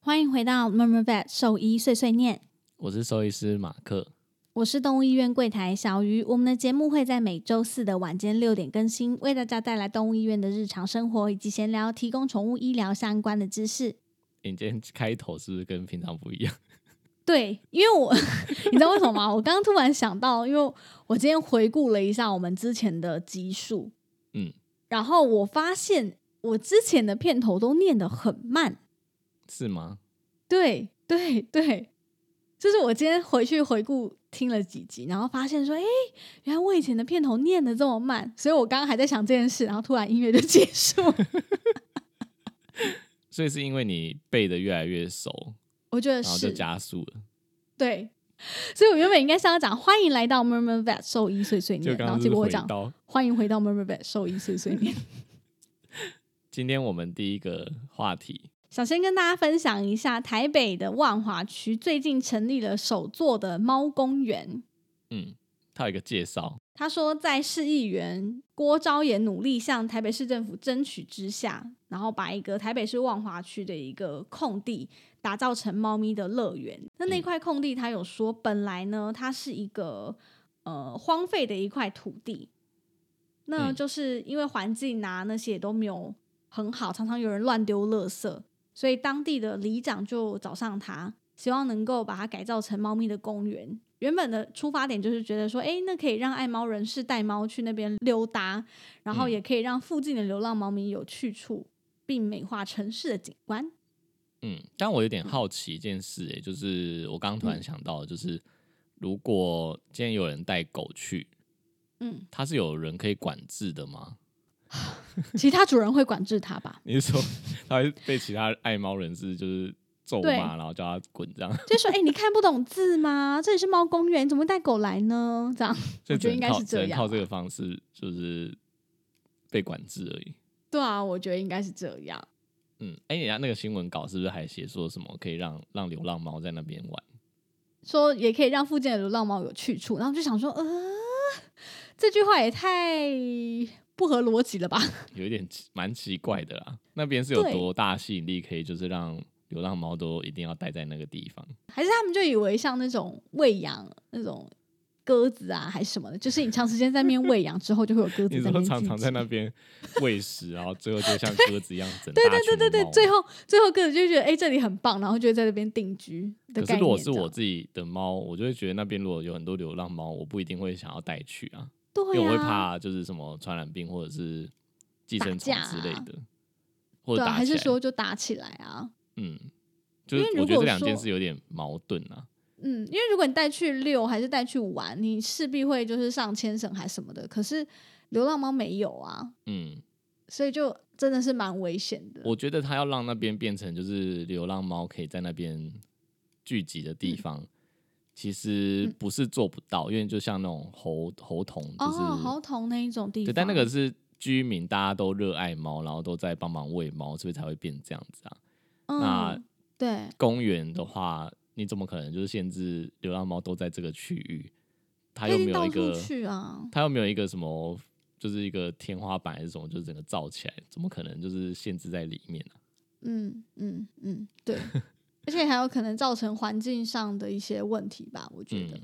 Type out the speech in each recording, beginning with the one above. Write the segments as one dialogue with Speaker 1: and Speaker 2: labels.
Speaker 1: 欢迎回到 Murmur Vet 兽医碎碎念，
Speaker 2: 我是兽医师马克。
Speaker 1: 我是动物医院柜台小鱼。我们的节目会在每周四的晚间六点更新，为大家带来动物医院的日常生活以及闲聊，提供宠物医疗相关的知识。
Speaker 2: 你今天开头是不是跟平常不一样？
Speaker 1: 对，因为我 你知道为什么吗？我刚刚突然想到，因为我今天回顾了一下我们之前的集数，
Speaker 2: 嗯，
Speaker 1: 然后我发现我之前的片头都念得很慢，
Speaker 2: 是吗？
Speaker 1: 对对对，就是我今天回去回顾听了几集，然后发现说，哎，原来我以前的片头念得这么慢，所以我刚刚还在想这件事，然后突然音乐就结束了，
Speaker 2: 所以是因为你背的越来越熟，
Speaker 1: 我觉得
Speaker 2: 然后就是加速了。
Speaker 1: 对。所以，我原本应该是要讲欢迎来到 Murmur Vet 兽医碎碎
Speaker 2: 就
Speaker 1: 念，然
Speaker 2: 刚刚
Speaker 1: 后
Speaker 2: 是
Speaker 1: 结
Speaker 2: 不
Speaker 1: 果我
Speaker 2: 是回
Speaker 1: 讲
Speaker 2: 到
Speaker 1: 欢迎回到 Murmur Vet 兽医碎碎念。
Speaker 2: 今天我们第一个话题，
Speaker 1: 首先跟大家分享一下，台北的万华区最近成立了首座的猫公园。
Speaker 2: 嗯，它有一个介绍，
Speaker 1: 他说，在市议员郭昭也努力向台北市政府争取之下，然后把一个台北市万华区的一个空地打造成猫咪的乐园。那那
Speaker 2: 嗯
Speaker 1: 块空地，他有说，本来呢，它是一个呃荒废的一块土地，那
Speaker 2: 嗯
Speaker 1: 就是因为环境啊那些也都没有很好，常常有人乱丢垃圾，所以当地的里长就找上他，希望能够把它改造成猫咪的公园。原本的出发点就是觉得说，诶，那可以让爱猫人士带猫去那边溜达，然后
Speaker 2: 嗯
Speaker 1: 也可以让附近的流浪猫咪有去处，并美化城市的景观。
Speaker 2: 嗯，但我有点好奇一件事、欸，就是我刚刚突然想到，就是如果今天有人带狗去，
Speaker 1: 嗯，
Speaker 2: 它是有人可以管制的吗？
Speaker 1: 其他主人会管制它吧？
Speaker 2: 你是说它会被其他爱猫人士就是咒
Speaker 1: 对
Speaker 2: 骂，然后叫它滚这样？
Speaker 1: 就说，诶，你看不懂字吗？这里是猫公园，你怎么会带狗来呢？这样，
Speaker 2: 所
Speaker 1: 觉
Speaker 2: 以只
Speaker 1: 得应
Speaker 2: 能
Speaker 1: 该
Speaker 2: 靠
Speaker 1: 是
Speaker 2: 只
Speaker 1: 这
Speaker 2: 能
Speaker 1: 样
Speaker 2: 靠这啊
Speaker 1: 吧
Speaker 2: 个方式，就是被管制而已。
Speaker 1: 对啊，我觉得应该是这样。
Speaker 2: 嗯，哎、人家那个新闻稿是不是还写说什么可以让让流浪猫在那边玩？
Speaker 1: 说也可以让附近的流浪猫有去处，然后就想说，呃，这句话也太不合逻辑了吧？
Speaker 2: 有一点奇蛮奇怪的啦。那边是有
Speaker 1: 对
Speaker 2: 多大吸引力，可以就是让流浪猫都一定要待在那个地方？
Speaker 1: 还是他们就以为像那种喂养呃那种鸽子啊，还是什么的，就是你长时间在那边喂养之后，就会有鸽
Speaker 2: 你
Speaker 1: 子在那
Speaker 2: 说
Speaker 1: 边
Speaker 2: 常
Speaker 1: 聚
Speaker 2: 常
Speaker 1: 集
Speaker 2: 在那边喂食，然后最后就像鸽子 一样整大
Speaker 1: 对对对
Speaker 2: 群
Speaker 1: 对
Speaker 2: 的
Speaker 1: 对，
Speaker 2: 猫
Speaker 1: 最后最后鸽子就觉得哎、这里很棒，然后就会在那边定居的
Speaker 2: 可
Speaker 1: 概
Speaker 2: 是
Speaker 1: 念。
Speaker 2: 如果是
Speaker 1: 这样
Speaker 2: 我自己的猫，我就会觉得那边如果有很多流浪猫，我不一定会想要带去啊，因
Speaker 1: 对
Speaker 2: 为我会
Speaker 1: 啊，
Speaker 2: 怕就是什么传染病或者是寄
Speaker 1: 打
Speaker 2: 生虫
Speaker 1: 架
Speaker 2: 之类
Speaker 1: 啊
Speaker 2: 的，或
Speaker 1: 对
Speaker 2: 者
Speaker 1: 啊，
Speaker 2: 打
Speaker 1: 还
Speaker 2: 起
Speaker 1: 是
Speaker 2: 来。
Speaker 1: 说就打起来啊？
Speaker 2: 嗯，就
Speaker 1: 因
Speaker 2: 是
Speaker 1: 为如
Speaker 2: 我觉得
Speaker 1: 果
Speaker 2: 这两件
Speaker 1: 说
Speaker 2: 事有点矛盾啊。
Speaker 1: 嗯，因为如果你带去遛还是带去玩，你势必会就是上牵绳还什么的。可是流浪猫没有啊，
Speaker 2: 嗯，
Speaker 1: 所以就真的是蛮危险的。
Speaker 2: 我觉得他要让那边变成就是流浪猫可以在那边聚集的地方，其实
Speaker 1: 嗯
Speaker 2: 不是做不到，因为就像那种猴猴童，就
Speaker 1: 哦，
Speaker 2: 是、
Speaker 1: 猴童那一种地
Speaker 2: 对，
Speaker 1: 方，
Speaker 2: 但那个是居民大家都热爱猫，然后都在帮忙喂猫，所以才会变这样子啊。那
Speaker 1: 嗯，对，
Speaker 2: 公园的话，你怎么可能就是限制流浪猫都在这个区域？它
Speaker 1: 它
Speaker 2: 又
Speaker 1: 一
Speaker 2: 没
Speaker 1: 定
Speaker 2: 有
Speaker 1: 到
Speaker 2: 一
Speaker 1: 处
Speaker 2: 个，
Speaker 1: 去啊。
Speaker 2: 它又没有一个什么，就是一个天花板还是什么，就是整个罩起来，怎么可能就是限制在里面啊？
Speaker 1: 嗯嗯嗯，对， 而且还有可能造成环境上的一些问题吧。我觉得、
Speaker 2: 嗯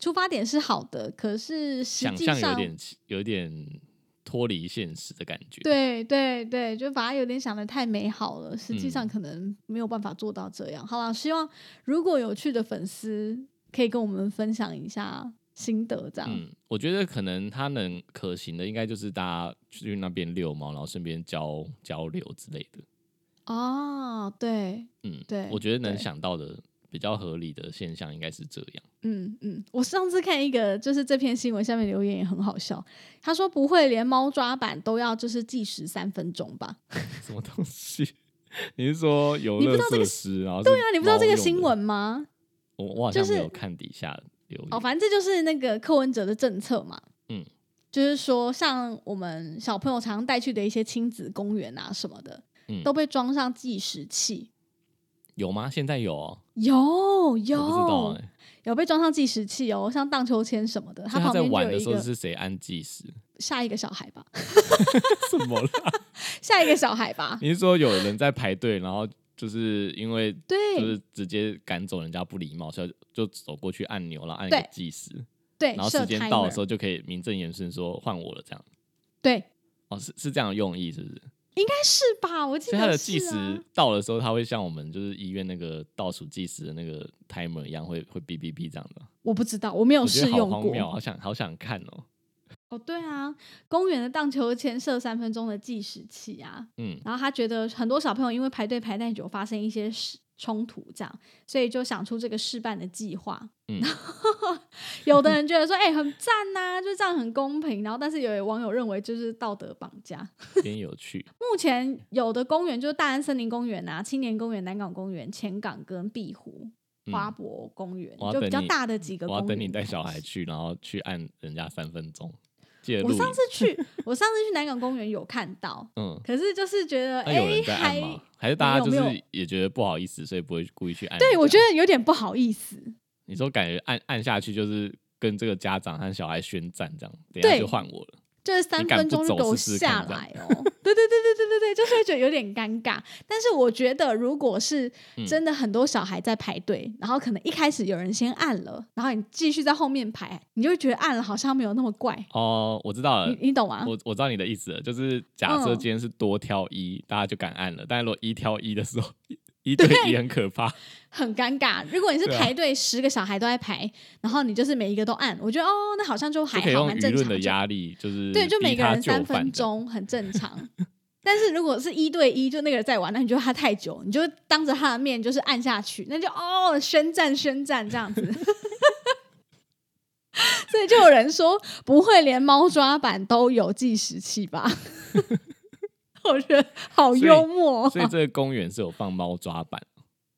Speaker 1: 出发点是好的，可是实
Speaker 2: 想
Speaker 1: 际
Speaker 2: 象有
Speaker 1: 上，
Speaker 2: 点奇有点脱离现实的感觉。，
Speaker 1: 对对对，就把它有点想的太美好了，实际上
Speaker 2: 嗯
Speaker 1: 可能没有办法做到这样。好了，希望如果有趣的粉丝可以跟我们分享一下心得，这样。
Speaker 2: 嗯，我觉得可能它能可行的，应该就是大家去那边遛猫，然后顺便交交流之类的。
Speaker 1: 哦，对，
Speaker 2: 嗯，
Speaker 1: 对
Speaker 2: 我觉得能
Speaker 1: 对
Speaker 2: 想到的比较合理的现象应该是这样。
Speaker 1: 嗯嗯，我上次看一个，就是这篇新闻下面留言也很好笑。他说不会连猫抓板都要就是计时三分钟吧？
Speaker 2: 什么东西？ 你是说游
Speaker 1: 你不
Speaker 2: 乐
Speaker 1: 知道这
Speaker 2: 设
Speaker 1: 个
Speaker 2: 施？然后
Speaker 1: 对
Speaker 2: 是
Speaker 1: 啊，你不知道这个
Speaker 2: 猫用的
Speaker 1: 新？闻吗？
Speaker 2: 我我好像
Speaker 1: 就是
Speaker 2: 没有看底下留
Speaker 1: 哦，
Speaker 2: 言。
Speaker 1: 反正这就是那个柯文哲的政策嘛。
Speaker 2: 嗯，
Speaker 1: 就是说像我们小朋友常带去的一些亲子公园啊什么的，
Speaker 2: 嗯
Speaker 1: 都被装上计时器。
Speaker 2: 有吗？现在有哦，
Speaker 1: 有有、
Speaker 2: 我不知道哎。
Speaker 1: 有被装上计时器哦，像荡秋千什么的，它
Speaker 2: 欸所以他
Speaker 1: 旁
Speaker 2: 在
Speaker 1: 边就
Speaker 2: 玩
Speaker 1: 有
Speaker 2: 的
Speaker 1: 一
Speaker 2: 时候
Speaker 1: 个
Speaker 2: 是谁按计时？
Speaker 1: 下一个小孩吧，
Speaker 2: 什么啦？
Speaker 1: 下一个小孩吧，
Speaker 2: 你是说有人在排队，然后就是因为
Speaker 1: 对、
Speaker 2: 就是直接赶走人家不礼貌，所以就走过去按钮，然后按一个
Speaker 1: 对
Speaker 2: 计时，
Speaker 1: 对，
Speaker 2: 然后
Speaker 1: 设
Speaker 2: 时间到的
Speaker 1: timer
Speaker 2: 时候就可以名正言顺说换我了这样。
Speaker 1: 对，应
Speaker 2: 哦，是是这样的用意是不是？
Speaker 1: 该是吧？我记
Speaker 2: 所
Speaker 1: 得是、啊、
Speaker 2: 以它的计时到的时候，它会像我们就是医院那个倒数计时的那个 timer 一样，会会哔哔哔这样的。
Speaker 1: 我不知道，我没有
Speaker 2: 我觉
Speaker 1: 试
Speaker 2: 得好
Speaker 1: 用
Speaker 2: 荒谬，
Speaker 1: 过。
Speaker 2: 啊好想好想看哦。
Speaker 1: 哦，对啊，公园的荡秋千设三分钟的计时器啊，
Speaker 2: 嗯，
Speaker 1: 然后他觉得很多小朋友因为排队排太久，发生一些事冲突，这样，所以就想出这个试办的计划。
Speaker 2: 嗯
Speaker 1: 有的人觉得说，哎、很赞呐、就这样很公平。然后，但是有网友认为就是道德绑架。
Speaker 2: 有点有 趣。
Speaker 1: 目前有的公园就是大安森林公园啊、青年公园、南港公园、前港跟碧湖、
Speaker 2: 嗯
Speaker 1: 花博公园，
Speaker 2: 我要
Speaker 1: 就比
Speaker 2: 等
Speaker 1: 较
Speaker 2: 你
Speaker 1: 大的几个
Speaker 2: 我要
Speaker 1: 公
Speaker 2: 等你
Speaker 1: 园。
Speaker 2: 带小孩去，然后去按人家三分钟，记得
Speaker 1: 我
Speaker 2: 录影
Speaker 1: 上。次去，我上次去南港公园有看到，
Speaker 2: 嗯，
Speaker 1: 可是就是觉得，
Speaker 2: 那
Speaker 1: 哎、
Speaker 2: 有人在按
Speaker 1: 还
Speaker 2: 吗？还是大家就
Speaker 1: 没有没
Speaker 2: 是
Speaker 1: 有
Speaker 2: 也觉得不好意思，所以不会故意去按人家？
Speaker 1: 对我觉得有点不好意思。
Speaker 2: 你说感觉按按下去就是跟这个家长和小孩宣战这样，等一下
Speaker 1: 对
Speaker 2: 就换我了。
Speaker 1: 就是三分钟就给我下来哦。对对对对对对对，就是会觉得有点尴尬。但是我觉得，如果是
Speaker 2: 嗯
Speaker 1: 真的很多小孩在排队，然后可能一开始有人先按了，然后你继续在后面排，你就会觉得按了好像没有那么怪。
Speaker 2: 哦，我知道了
Speaker 1: 你，你懂吗？
Speaker 2: 我我知道你的意思了，就是假设
Speaker 1: 嗯
Speaker 2: 今天是多挑一，大家就敢按了，但如果一挑一的时候， 一对一很可怕。
Speaker 1: 很尴尬。如果你是
Speaker 2: 对啊
Speaker 1: 排队十个小孩都在排，然后你就是每一个都按，我觉得哦，那好像就还
Speaker 2: 就可以
Speaker 1: 好，
Speaker 2: 用
Speaker 1: 蛮
Speaker 2: 舆
Speaker 1: 正
Speaker 2: 论
Speaker 1: 常
Speaker 2: 的
Speaker 1: 就
Speaker 2: 压力，就是
Speaker 1: 对，就
Speaker 2: 逼
Speaker 1: 每个
Speaker 2: 他
Speaker 1: 人
Speaker 2: 就
Speaker 1: 三
Speaker 2: 范
Speaker 1: 分
Speaker 2: 的，
Speaker 1: 钟很正常。 但是如果是一对一，就那个人在玩，那你觉得他太久，你就当着他的面就是按下去，那就哦宣战宣战这样子。 所以就有人说不会连猫抓板都有计时器吧？ 我觉得好幽默哦、
Speaker 2: 所以这个公园是有放猫抓板，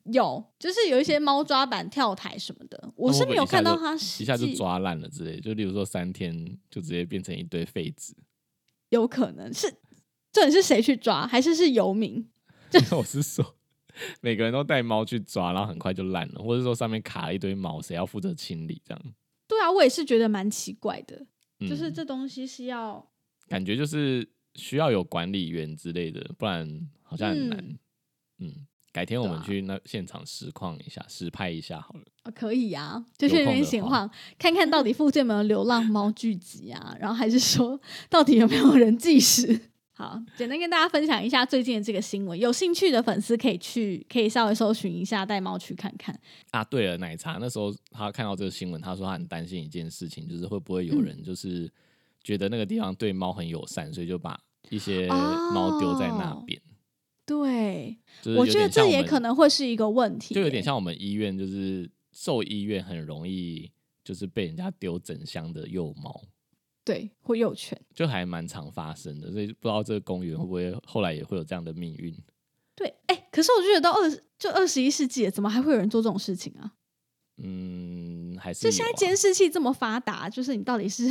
Speaker 1: 有就是有一些猫抓板跳台什么的，我
Speaker 2: 那
Speaker 1: 是
Speaker 2: 哦会不
Speaker 1: 没
Speaker 2: 会
Speaker 1: 有
Speaker 2: 一下
Speaker 1: 看到
Speaker 2: 就
Speaker 1: 他
Speaker 2: 一
Speaker 1: 实
Speaker 2: 下就
Speaker 1: 际
Speaker 2: 抓烂了之类的。就例如说三天就直接变成一堆废 纸，
Speaker 1: 有可能是这里是谁去抓，还是是游民？
Speaker 2: 我是说每个人都带猫去抓，然后很快就烂了，或者说上面卡了一堆毛，谁要负责清理这样？
Speaker 1: 对啊，我也是觉得蛮奇怪的，
Speaker 2: 嗯、
Speaker 1: 就是这东西是要
Speaker 2: 感觉就是需要有管理员之类的，不然好像很难。嗯
Speaker 1: 嗯
Speaker 2: 改天我
Speaker 1: 对
Speaker 2: 们
Speaker 1: 啊
Speaker 2: 去那现场实况一下，实拍一下好了。
Speaker 1: 呃可以啊，就
Speaker 2: 有
Speaker 1: 去那
Speaker 2: 空
Speaker 1: 边
Speaker 2: 的
Speaker 1: 闲
Speaker 2: 话
Speaker 1: 晃，看看到底附近有没有流浪猫聚集啊，然后还是说到底有没有人计时。好，简单跟大家分享一下最近的这个新闻，有兴趣的粉丝可以去，可以稍微搜寻一下，带猫去看看。
Speaker 2: 啊，对了，奶茶那时候他看到这个新闻，他说他很担心一件事情，就是会不会有人就是觉得那个地方对猫很友善，所以就把一些
Speaker 1: 哦
Speaker 2: 猫丢在那边，
Speaker 1: 对，
Speaker 2: 就是
Speaker 1: 我
Speaker 2: 有
Speaker 1: 觉得
Speaker 2: 点像
Speaker 1: 这
Speaker 2: 我
Speaker 1: 也
Speaker 2: 们
Speaker 1: 可能会是一个问题耶、
Speaker 2: 就有点像我们医院，就是兽医院很容易就是被人家丢整箱的幼猫，
Speaker 1: 对，会幼犬。
Speaker 2: 就还蛮常发生的，所以不知道这个公园会不会后来也会有这样的命运。
Speaker 1: 对，哎、可是我觉得到二十就二十一世纪了，怎么还会有人做这种事情啊？
Speaker 2: 嗯，还是
Speaker 1: 就
Speaker 2: 有
Speaker 1: 现在
Speaker 2: 啊
Speaker 1: 监视器这么发达，就是你到底是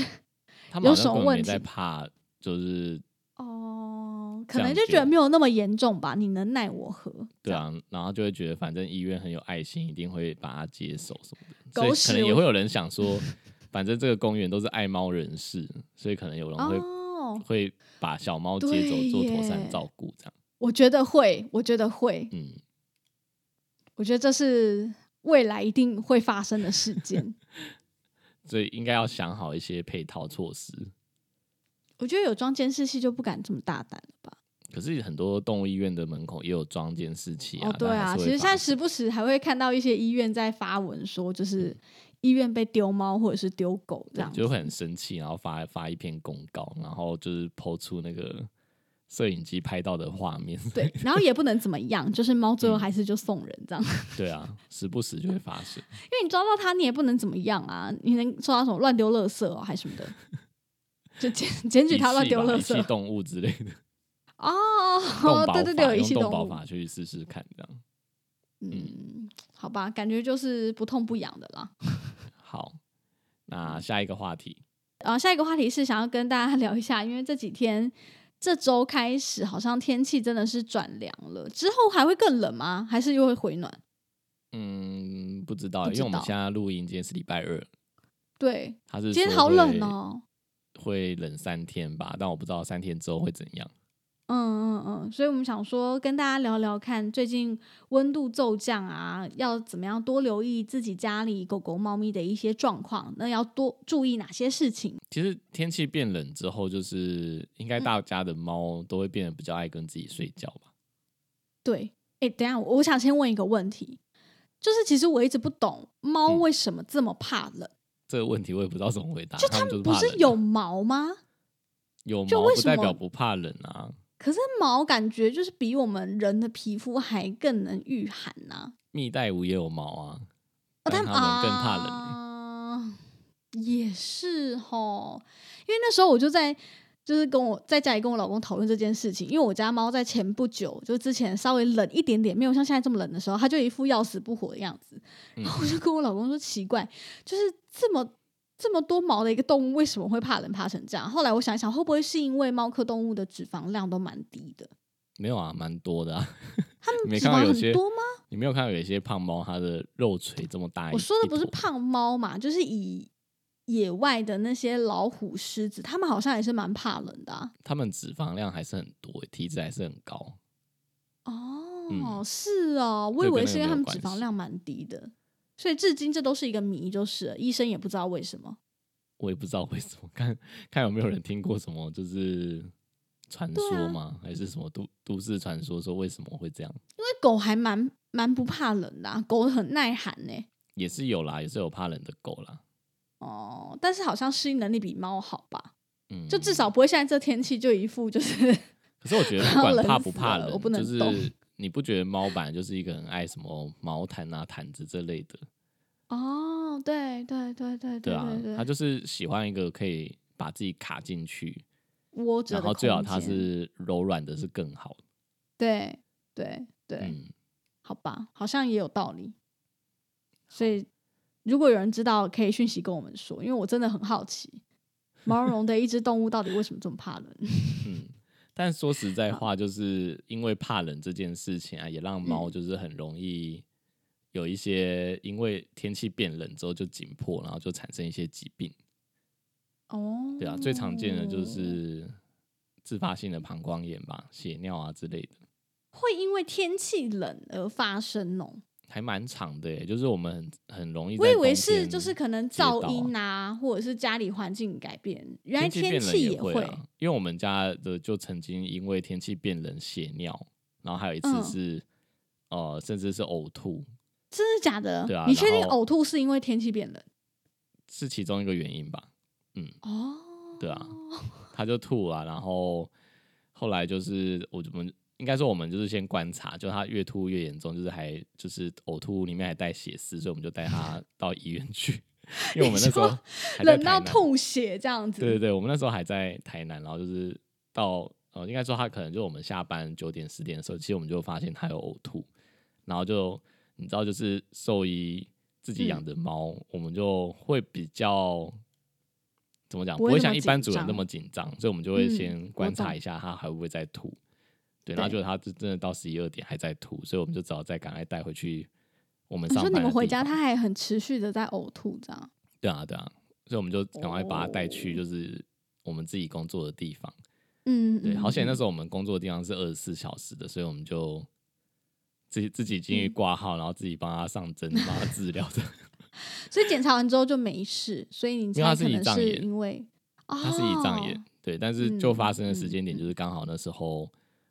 Speaker 2: 他们好
Speaker 1: 有什
Speaker 2: 像
Speaker 1: 么
Speaker 2: 根本没
Speaker 1: 问
Speaker 2: 在
Speaker 1: 题
Speaker 2: 怕，就是
Speaker 1: 哦，可
Speaker 2: 这
Speaker 1: 能
Speaker 2: 样
Speaker 1: 就觉得
Speaker 2: 丢
Speaker 1: 没有那么严重吧，你能奈我何？
Speaker 2: 对啊，然后就会觉得反正医院很有爱心，一定会把它接手什么的，
Speaker 1: 狗
Speaker 2: 所以
Speaker 1: 屎
Speaker 2: 可能也
Speaker 1: 我
Speaker 2: 会有人想说，反正这个公园都是爱猫人士，所以可能有人会、
Speaker 1: 哦，
Speaker 2: 会把小猫接走
Speaker 1: 对
Speaker 2: 做妥善
Speaker 1: 耶
Speaker 2: 照顾这样。
Speaker 1: 我觉得会，我觉得会，
Speaker 2: 嗯，
Speaker 1: 我觉得这是未来一定会发生的事件。
Speaker 2: 所以应该要想好一些配套措施。
Speaker 1: 我觉得有装监视器就不敢这么大胆了吧？
Speaker 2: 可是很多动物医院的门口也有装监视器啊，
Speaker 1: 哦，对
Speaker 2: 但
Speaker 1: 啊，
Speaker 2: 还是
Speaker 1: 其
Speaker 2: 会
Speaker 1: 实现
Speaker 2: 发嗯
Speaker 1: 在时不时还会看到一些医院在发文说，就是医院被丢猫或者是丢狗这
Speaker 2: 对
Speaker 1: 样子，
Speaker 2: 就会很生气，然后发发一篇公告，然后就是抛出那个摄影机拍到的画面。
Speaker 1: 对，然后也不能怎么样，就是猫
Speaker 2: 嗯
Speaker 1: 最后还是就送人这样，
Speaker 2: 对啊，时不时就会发生。
Speaker 1: 因为你抓到它，你也不能怎么样啊，你能说它什么乱丢垃圾哦，还是什么的，就检检举它乱丢垃
Speaker 2: 遗弃吧遗
Speaker 1: 圾
Speaker 2: 弃动物之类的，
Speaker 1: 哦，
Speaker 2: 动保
Speaker 1: 对对对，
Speaker 2: 法
Speaker 1: 有遗
Speaker 2: 用
Speaker 1: 弃
Speaker 2: 动
Speaker 1: 动
Speaker 2: 保
Speaker 1: 物，
Speaker 2: 法去试试看，这样
Speaker 1: 嗯，好吧，感觉就是不痛不痒的啦。
Speaker 2: 好。那下一个话题，
Speaker 1: 呃，下一个话题是想要跟大家 聊一下，因为这几天这周开始，好像天气真的是转凉了。之后还会更冷吗？还是又会回暖？
Speaker 2: 嗯，不知道，
Speaker 1: 不
Speaker 2: 因
Speaker 1: 知
Speaker 2: 为我们
Speaker 1: 道
Speaker 2: 现在录音今天是礼拜二，
Speaker 1: 对，
Speaker 2: 他是
Speaker 1: 今天
Speaker 2: 说
Speaker 1: 好冷
Speaker 2: 会，
Speaker 1: 哦。
Speaker 2: 会冷三天吧，但我不知道三天之后会怎样。
Speaker 1: 嗯嗯嗯，所以我们想说跟大家聊聊看，最近温度骤降啊，要怎么样多留意自己家里狗狗、猫咪的一些状况，那要多注意哪些事情？
Speaker 2: 其实天气变冷之后，就是
Speaker 1: 嗯
Speaker 2: 应该大家的猫都会变得比较爱跟自己睡觉吧？
Speaker 1: 对，哎，等一下，我我想先问一个问题，就是其实我一直不懂猫
Speaker 2: 嗯
Speaker 1: 为什么这么怕冷，
Speaker 2: 这个问题我也不知道怎么回答。就他们就是
Speaker 1: 不
Speaker 2: 怕
Speaker 1: 是
Speaker 2: 冷啊
Speaker 1: 有毛吗？
Speaker 2: 有
Speaker 1: 就
Speaker 2: 毛
Speaker 1: 为
Speaker 2: 不
Speaker 1: 什
Speaker 2: 代
Speaker 1: 么
Speaker 2: 表不怕冷啊？
Speaker 1: 可是毛感觉就是比我们人的皮肤还更能御寒呐、
Speaker 2: 蜜袋鼯也有毛啊，
Speaker 1: 哦，
Speaker 2: 但
Speaker 1: 们
Speaker 2: 它们更怕冷欸
Speaker 1: 啊也是吼，因为那时候我就在。就是跟我在家里跟我老公讨论这件事情，因为我家猫在前不久，就之前稍微冷一点点，没有像现在这么冷的时候，它就一副要死不活的样子。
Speaker 2: 嗯
Speaker 1: 然后我就跟我老公说奇怪，就是这么这么多毛的一个动物，为什么会怕冷怕成这样？后来我想一想，会不会是因为猫科动物的脂肪量都蛮低的？
Speaker 2: 没有啊，蛮多的、啊。
Speaker 1: 它
Speaker 2: 你
Speaker 1: 们
Speaker 2: 没
Speaker 1: 脂
Speaker 2: 看到
Speaker 1: 肪
Speaker 2: 有
Speaker 1: 很
Speaker 2: 些
Speaker 1: 多吗？
Speaker 2: 你没有看到有一些胖猫，它的肉垂这么大一？
Speaker 1: 我说的不是
Speaker 2: 一坨
Speaker 1: 胖猫嘛，就是以野外的那些老虎、狮子，它们好像也是蛮怕冷的啊、
Speaker 2: 它们脂肪量还是很多欸，体脂还是很高。
Speaker 1: 哦，
Speaker 2: 嗯
Speaker 1: 是哦，我以
Speaker 2: 这跟
Speaker 1: 为
Speaker 2: 那
Speaker 1: 是
Speaker 2: 个
Speaker 1: 因为它
Speaker 2: 没有
Speaker 1: 们
Speaker 2: 关
Speaker 1: 脂肪
Speaker 2: 系
Speaker 1: 量蛮低的，所以至今这都是一个谜，就是了医生也不知道为什么。
Speaker 2: 我也不知道为什么，看看有没有人听过什么就是传
Speaker 1: 对啊
Speaker 2: 说吗？还是什么都都市传说说为什么会这样？
Speaker 1: 因为狗还蛮蛮不怕冷的啊、狗很耐寒呢、
Speaker 2: 也是有啦，也是有怕冷的狗啦。
Speaker 1: 哦，但是好像适应能力比猫好吧？
Speaker 2: 嗯，
Speaker 1: 就至。少不会现在这天气就一副就是
Speaker 2: 可是我觉得不管
Speaker 1: 冷
Speaker 2: 怕
Speaker 1: 死
Speaker 2: 不怕
Speaker 1: 了
Speaker 2: 冷，
Speaker 1: 我不能
Speaker 2: 就
Speaker 1: 动
Speaker 2: 是你不觉得猫本来就是一个很爱什么毛毯啊、毯子这类的，
Speaker 1: 哦，对对对对
Speaker 2: 对啊
Speaker 1: 对，对，
Speaker 2: 它就是喜欢一个可以把自己卡进去，
Speaker 1: 窝着
Speaker 2: 然
Speaker 1: 的
Speaker 2: 后最好
Speaker 1: 空
Speaker 2: 它
Speaker 1: 间
Speaker 2: 是柔软的，是更好。
Speaker 1: 对对对，
Speaker 2: 嗯，
Speaker 1: 好吧，好像也有道理。所以如果有人知道，可以讯息跟我们说，因为我真的很好 奇，毛茸茸的一只动物到底为什么这么怕冷？
Speaker 2: 嗯，但说实在话，就是因为怕冷这件事情啊，也让猫
Speaker 1: 嗯
Speaker 2: 就是很容易有一些因为天气变冷之后就紧迫，然后就产生一些疾病。
Speaker 1: 哦，
Speaker 2: 对啊，最常见的就是自发性的膀胱炎吧，血尿啊之类的，
Speaker 1: 会因为天气冷而发生哦。
Speaker 2: 还蛮长的耶。就是我们很很容易
Speaker 1: 我
Speaker 2: 在冬
Speaker 1: 以
Speaker 2: 天，
Speaker 1: 为是就是可能
Speaker 2: 街道
Speaker 1: 噪音啊，或者是家里环境改变，原来
Speaker 2: 天气
Speaker 1: 天
Speaker 2: 变
Speaker 1: 气
Speaker 2: 冷
Speaker 1: 也
Speaker 2: 会、啊，因为我们家的就曾经因为天气变冷血尿，然后还有一次
Speaker 1: 嗯
Speaker 2: 是、呃，甚至是呕吐，
Speaker 1: 真的假的？
Speaker 2: 对啊
Speaker 1: 你确定
Speaker 2: 然后
Speaker 1: 呕吐是因为天气变冷？
Speaker 2: 是其中一个原因吧。
Speaker 1: 哦，
Speaker 2: 对啊他就吐啊，然后后来就是我们应该说我们就是先观察，就他越吐越严重，就是还就是呕吐里面还带血丝，所以我们就带他到医院去， 因为我们那时
Speaker 1: 你
Speaker 2: 候
Speaker 1: 说
Speaker 2: 还在
Speaker 1: 冷
Speaker 2: 台
Speaker 1: 到
Speaker 2: 南，
Speaker 1: 吐血这样子。
Speaker 2: 对对对，我们那时候还在台南，然后就是到呃，应该说他可能就我们下班九点十点的时候，其实我们就发现他有呕吐，然后就你知道就是兽医自己
Speaker 1: 嗯
Speaker 2: 养的猫，我们就会比较怎么讲，
Speaker 1: 不
Speaker 2: 不
Speaker 1: 会
Speaker 2: 会
Speaker 1: 那么
Speaker 2: 像一般主人
Speaker 1: 紧张
Speaker 2: 那么紧张，所以我们就会
Speaker 1: 嗯
Speaker 2: 先观
Speaker 1: 我
Speaker 2: 察
Speaker 1: 懂
Speaker 2: 一下他还会不会再吐。对，
Speaker 1: 对
Speaker 2: 然后就他真真的到十一二点还在吐，所以我们就只好再赶快带回去我们
Speaker 1: 你
Speaker 2: 上
Speaker 1: 哦说
Speaker 2: 班
Speaker 1: 你
Speaker 2: 的
Speaker 1: 们回
Speaker 2: 地
Speaker 1: 家，
Speaker 2: 方
Speaker 1: 它还很持续的在呕吐，这样
Speaker 2: 对啊，对啊，所以我们就赶快把它带去，
Speaker 1: 哦
Speaker 2: 就是我们自己工作的地方。
Speaker 1: 嗯，
Speaker 2: 对，
Speaker 1: 嗯
Speaker 2: 好险！那
Speaker 1: 嗯
Speaker 2: 时候我们工作的地方是二十四小时的，所以我们就自己自己进去
Speaker 1: 嗯哦
Speaker 2: 挂号，然后自己帮他上针，帮他治疗的。
Speaker 1: 所以检查完之后就没事，所以你
Speaker 2: 因为它
Speaker 1: 猜
Speaker 2: 是
Speaker 1: 可
Speaker 2: 胰
Speaker 1: 能
Speaker 2: 脏
Speaker 1: 是
Speaker 2: 炎
Speaker 1: 因为啊，
Speaker 2: 他是胰脏炎，对，但是就发生的时间点
Speaker 1: 嗯嗯
Speaker 2: 就是刚好那时候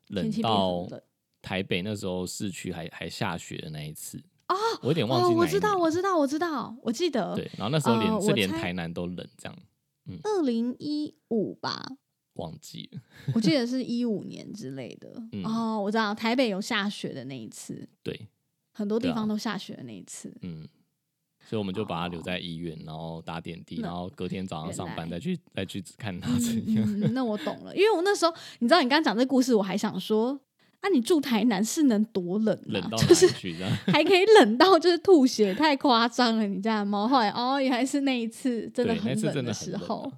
Speaker 2: 冷
Speaker 1: 天气变
Speaker 2: 到
Speaker 1: 很冷
Speaker 2: 台北那时候市区还还下雪的那一次啊，我有点忘
Speaker 1: 哦，
Speaker 2: 记
Speaker 1: 我
Speaker 2: 哪一
Speaker 1: 知道，
Speaker 2: 年
Speaker 1: 我知道，我知道，我记得
Speaker 2: 对，然后那时候连
Speaker 1: 呃
Speaker 2: 是
Speaker 1: 我
Speaker 2: 连
Speaker 1: 猜
Speaker 2: 台南都冷这样，
Speaker 1: 二零一五吧，
Speaker 2: 忘记了。
Speaker 1: 我记得是一五年之类的。
Speaker 2: 嗯
Speaker 1: 哦，我知道台北有下雪的那一次，
Speaker 2: 对，
Speaker 1: 很多地
Speaker 2: 对啊
Speaker 1: 方都下雪的那一 次。
Speaker 2: 嗯，所以我们就把他留在医院，然后搭电梯，
Speaker 1: 那
Speaker 2: 然后隔天早上
Speaker 1: 哦原
Speaker 2: 上班
Speaker 1: 来
Speaker 2: 再去再去看他怎样。
Speaker 1: 嗯嗯，那我懂了，因为我那时候，你知道，你刚刚讲这故事，我还想说，啊，你住台南是能多冷啊？
Speaker 2: 冷到哪
Speaker 1: 就
Speaker 2: 里
Speaker 1: 是
Speaker 2: 去这样？
Speaker 1: 还可以冷到就是吐血，太夸张了！你家的猫后来哦，原来是那一次真的
Speaker 2: 对，那
Speaker 1: 很
Speaker 2: 次真
Speaker 1: 冷
Speaker 2: 的很
Speaker 1: 时
Speaker 2: 冷啊
Speaker 1: 候。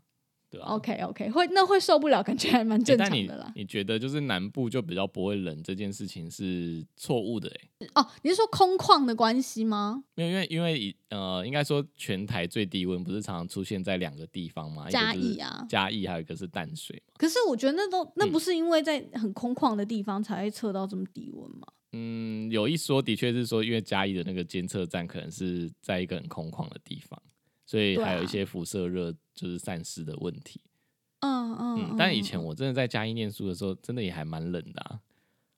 Speaker 2: 对啊。
Speaker 1: OK OK，会那会受不了，感觉还蛮
Speaker 2: 欸
Speaker 1: 正常
Speaker 2: 但你
Speaker 1: 的啦。
Speaker 2: 你觉得就是南部就比较不会冷这件事情是错误的、欸，
Speaker 1: 哦，你是说空旷的关系吗？
Speaker 2: 没有，因为因为以呃，应该说全台最低温不是常常出现在两个地方嘛，一个
Speaker 1: 嘉
Speaker 2: 就
Speaker 1: 义
Speaker 2: 是
Speaker 1: 啊，
Speaker 2: 嘉义还有一个是淡水嘛。
Speaker 1: 可是我觉得那都那
Speaker 2: 嗯
Speaker 1: 不是因为在很空旷的地方才会测到这么低温吗？
Speaker 2: 嗯，有一说的确是说，因为嘉义的那个监测站可能是在一个很空旷的地方，所以
Speaker 1: 对啊
Speaker 2: 还有一些辐射热就是散失的问题。
Speaker 1: 嗯嗯
Speaker 2: 嗯，但以前
Speaker 1: 嗯
Speaker 2: 我真的在嘉义念书的时候，真的也还蛮冷的、啊。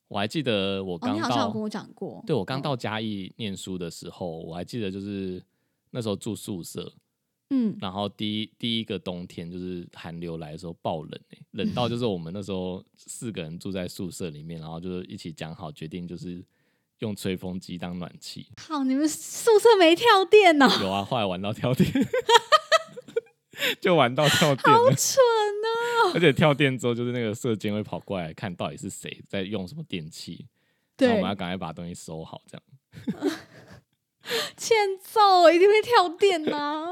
Speaker 2: 我还记得我
Speaker 1: 哦，
Speaker 2: 刚
Speaker 1: 你好像
Speaker 2: 到，
Speaker 1: 有跟我讲过，
Speaker 2: 对我刚
Speaker 1: 嗯
Speaker 2: 到嘉义念书的时候，我还记得就是那时候住宿舍，
Speaker 1: 嗯，
Speaker 2: 然后第一第一个冬天就是寒流来的时候爆冷、欸、冷到就是我们那时候四个人住在宿舍里面，然后就是一起讲好决定就是用吹风机当暖气。
Speaker 1: 靠，你们宿舍没跳电 哦，
Speaker 2: 有啊，后来玩到跳电， 就玩到跳电
Speaker 1: 好
Speaker 2: 了，
Speaker 1: 蠢啊！
Speaker 2: 而且跳电之后就是那个射监会跑过来看到底是谁在用什么电器，然后
Speaker 1: 对
Speaker 2: 我们，要赶快把东西收好这样。
Speaker 1: 欠揍，一定会跳电呐、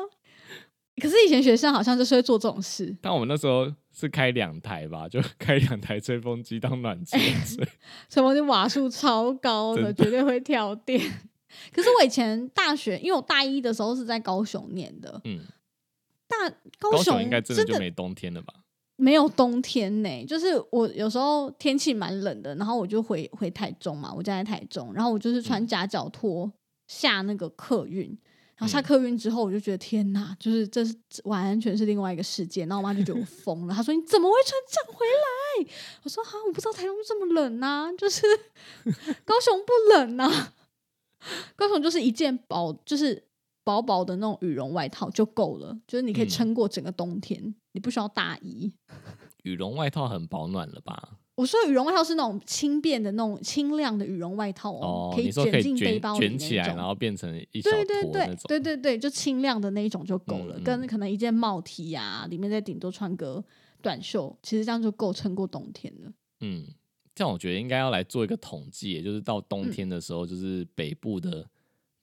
Speaker 1: 可是以前学生好像就是会做这种事，
Speaker 2: 但我们那时候是开两台吧，就 开两台吹风机当暖气来吹。
Speaker 1: 什么就瓦数超高的，
Speaker 2: 真
Speaker 1: 绝对会跳 电。可是我以前大学，因为我大一的时候是在高雄念的，
Speaker 2: 嗯，
Speaker 1: 大
Speaker 2: 高
Speaker 1: 高
Speaker 2: 雄
Speaker 1: 雄
Speaker 2: 应该真的
Speaker 1: 真
Speaker 2: 就
Speaker 1: 的
Speaker 2: 没冬天了吧？
Speaker 1: 没有冬天呢、就是我有时候天气蛮冷的，然后我就回回台中嘛，我家在台中，然后我就是
Speaker 2: 嗯
Speaker 1: 穿夹脚拖下那个客运，然后下
Speaker 2: 嗯
Speaker 1: 客运之后，我就觉得天哪，就是这是完全是另外一个世界。然后我妈就觉得我疯了，她说你怎么会穿这样回来？我说哈，我不知道台中这么冷呐、就是 高雄不冷呐、高雄就是一件薄，就是薄薄的那种羽绒外套就够了，就是你可以
Speaker 2: 嗯
Speaker 1: 撑过整个冬天，你不需要大衣。
Speaker 2: 羽绒外套很保暖了吧？
Speaker 1: 我说羽绒外套是那种轻便的那种轻量的羽绒外套
Speaker 2: 哦，
Speaker 1: 以
Speaker 2: 你说可
Speaker 1: 卷进
Speaker 2: 以
Speaker 1: 背
Speaker 2: 卷
Speaker 1: 包里
Speaker 2: 卷起来，
Speaker 1: 那种
Speaker 2: 然后变成一小
Speaker 1: 对
Speaker 2: 坨
Speaker 1: 对
Speaker 2: 那
Speaker 1: 对
Speaker 2: 种。
Speaker 1: 对对对，就轻量的那一种就够了，
Speaker 2: 嗯嗯
Speaker 1: 跟可能一件帽 T 呀、里面再顶多穿个短袖，其实这样就够撑过冬天了。
Speaker 2: 嗯，这样我觉得应该要来做一个统计，也就是到冬
Speaker 1: 嗯
Speaker 2: 天的时候，就是北部的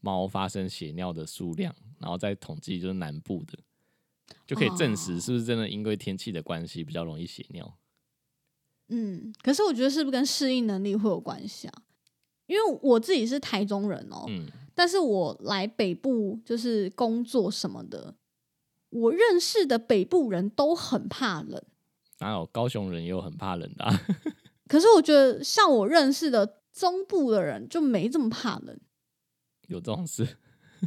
Speaker 2: 猫发生血尿的数量，然后再统计就是南部的，就可以证
Speaker 1: 哦
Speaker 2: 实是不是真的因为天气的关系比较容易血尿。
Speaker 1: 嗯，可是我觉得是不是跟适应能力会有关系啊？因为我自己是台中人哦，
Speaker 2: 嗯，
Speaker 1: 但是我来北部就是工作什么的，我认识的北部人都很怕冷。
Speaker 2: 哪有高雄人也有很怕冷的、啊？
Speaker 1: 可是我觉得像我认识的中部的人就没这么怕冷，
Speaker 2: 有这种事？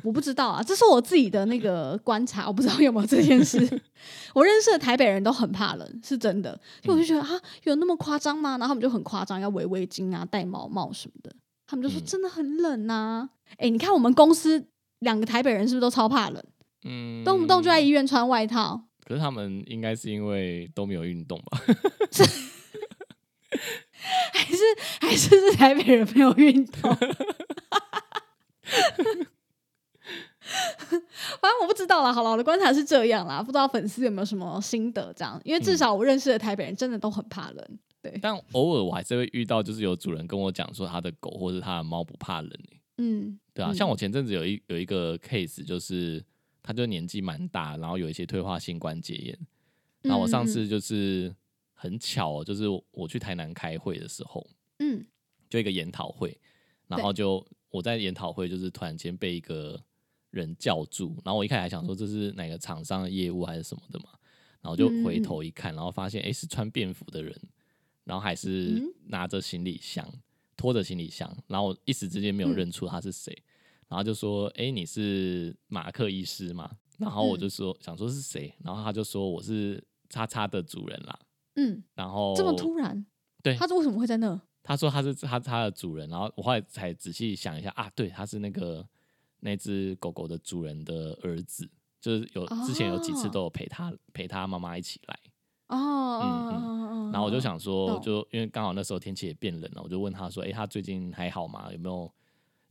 Speaker 1: 我不知道啊，这是我自己的那个观察，我不知道有没有这件事。 我认识的台北人都很怕冷，是真的，所以我就觉得、
Speaker 2: 嗯
Speaker 1: 啊，有那么夸张吗？然后他们就很夸张，要围围巾啊、戴毛帽什么的，他们就说
Speaker 2: 嗯
Speaker 1: 真的很冷呐、啊。哎、你看我们公司两个台北人是不是都超怕冷，
Speaker 2: 嗯，
Speaker 1: 动不动就在医院穿外套？
Speaker 2: 可是他们应该是因为都没有运动吧？
Speaker 1: 还是还是是台北人没有运动。反正我不知道啦，好了，我的观察是这样啦，不知道粉丝有没有什么心得这样，因为
Speaker 2: 嗯
Speaker 1: 至少我认识的台北人真的都很怕冷，
Speaker 2: 但偶尔我还是会遇到，就是有主人跟我讲说他的狗或者他的猫不怕冷、欸
Speaker 1: 嗯，
Speaker 2: 对啊，
Speaker 1: 嗯
Speaker 2: 像我前阵子有一有一个 case，就是他就年纪蛮大，然后有一些退化性关节炎。那我上
Speaker 1: 嗯
Speaker 2: 次就是很巧哦、就是我去台南开会的时候，
Speaker 1: 嗯，
Speaker 2: 就一个研讨会，然后就我在研讨会就是突然间被一个人叫住，然后我一开始还想说这是哪个厂商的业务还是什么的嘛，然后就
Speaker 1: 嗯
Speaker 2: 回头一看，然后发现诶是穿便服的人，然后还是
Speaker 1: 嗯
Speaker 2: 拿着行李箱，拖着行李箱，然后我一时之间没有
Speaker 1: 嗯
Speaker 2: 认出他是谁，然后就说诶你是马克医师吗？然后
Speaker 1: 嗯
Speaker 2: 我就说、想说是谁，然后他就说我是叉叉的主人啦，
Speaker 1: 嗯
Speaker 2: 然后
Speaker 1: 嗯，这么突然，
Speaker 2: 哦对
Speaker 1: 他是为什么会在那？哦
Speaker 2: 他说他是他他的主人，然后我后来才仔细想一下啊，对，他是那个那只狗狗的主人的儿子，就是有之前有几次
Speaker 1: 哦
Speaker 2: 都有陪他陪他妈妈一起来，
Speaker 1: 哦哦哦哦哦，
Speaker 2: 嗯然后我就
Speaker 1: 哦，
Speaker 2: 想说，
Speaker 1: 懂
Speaker 2: 就因为刚好那时候天气也变冷了，我就问他说：“哎、他最近还好吗？有没有？”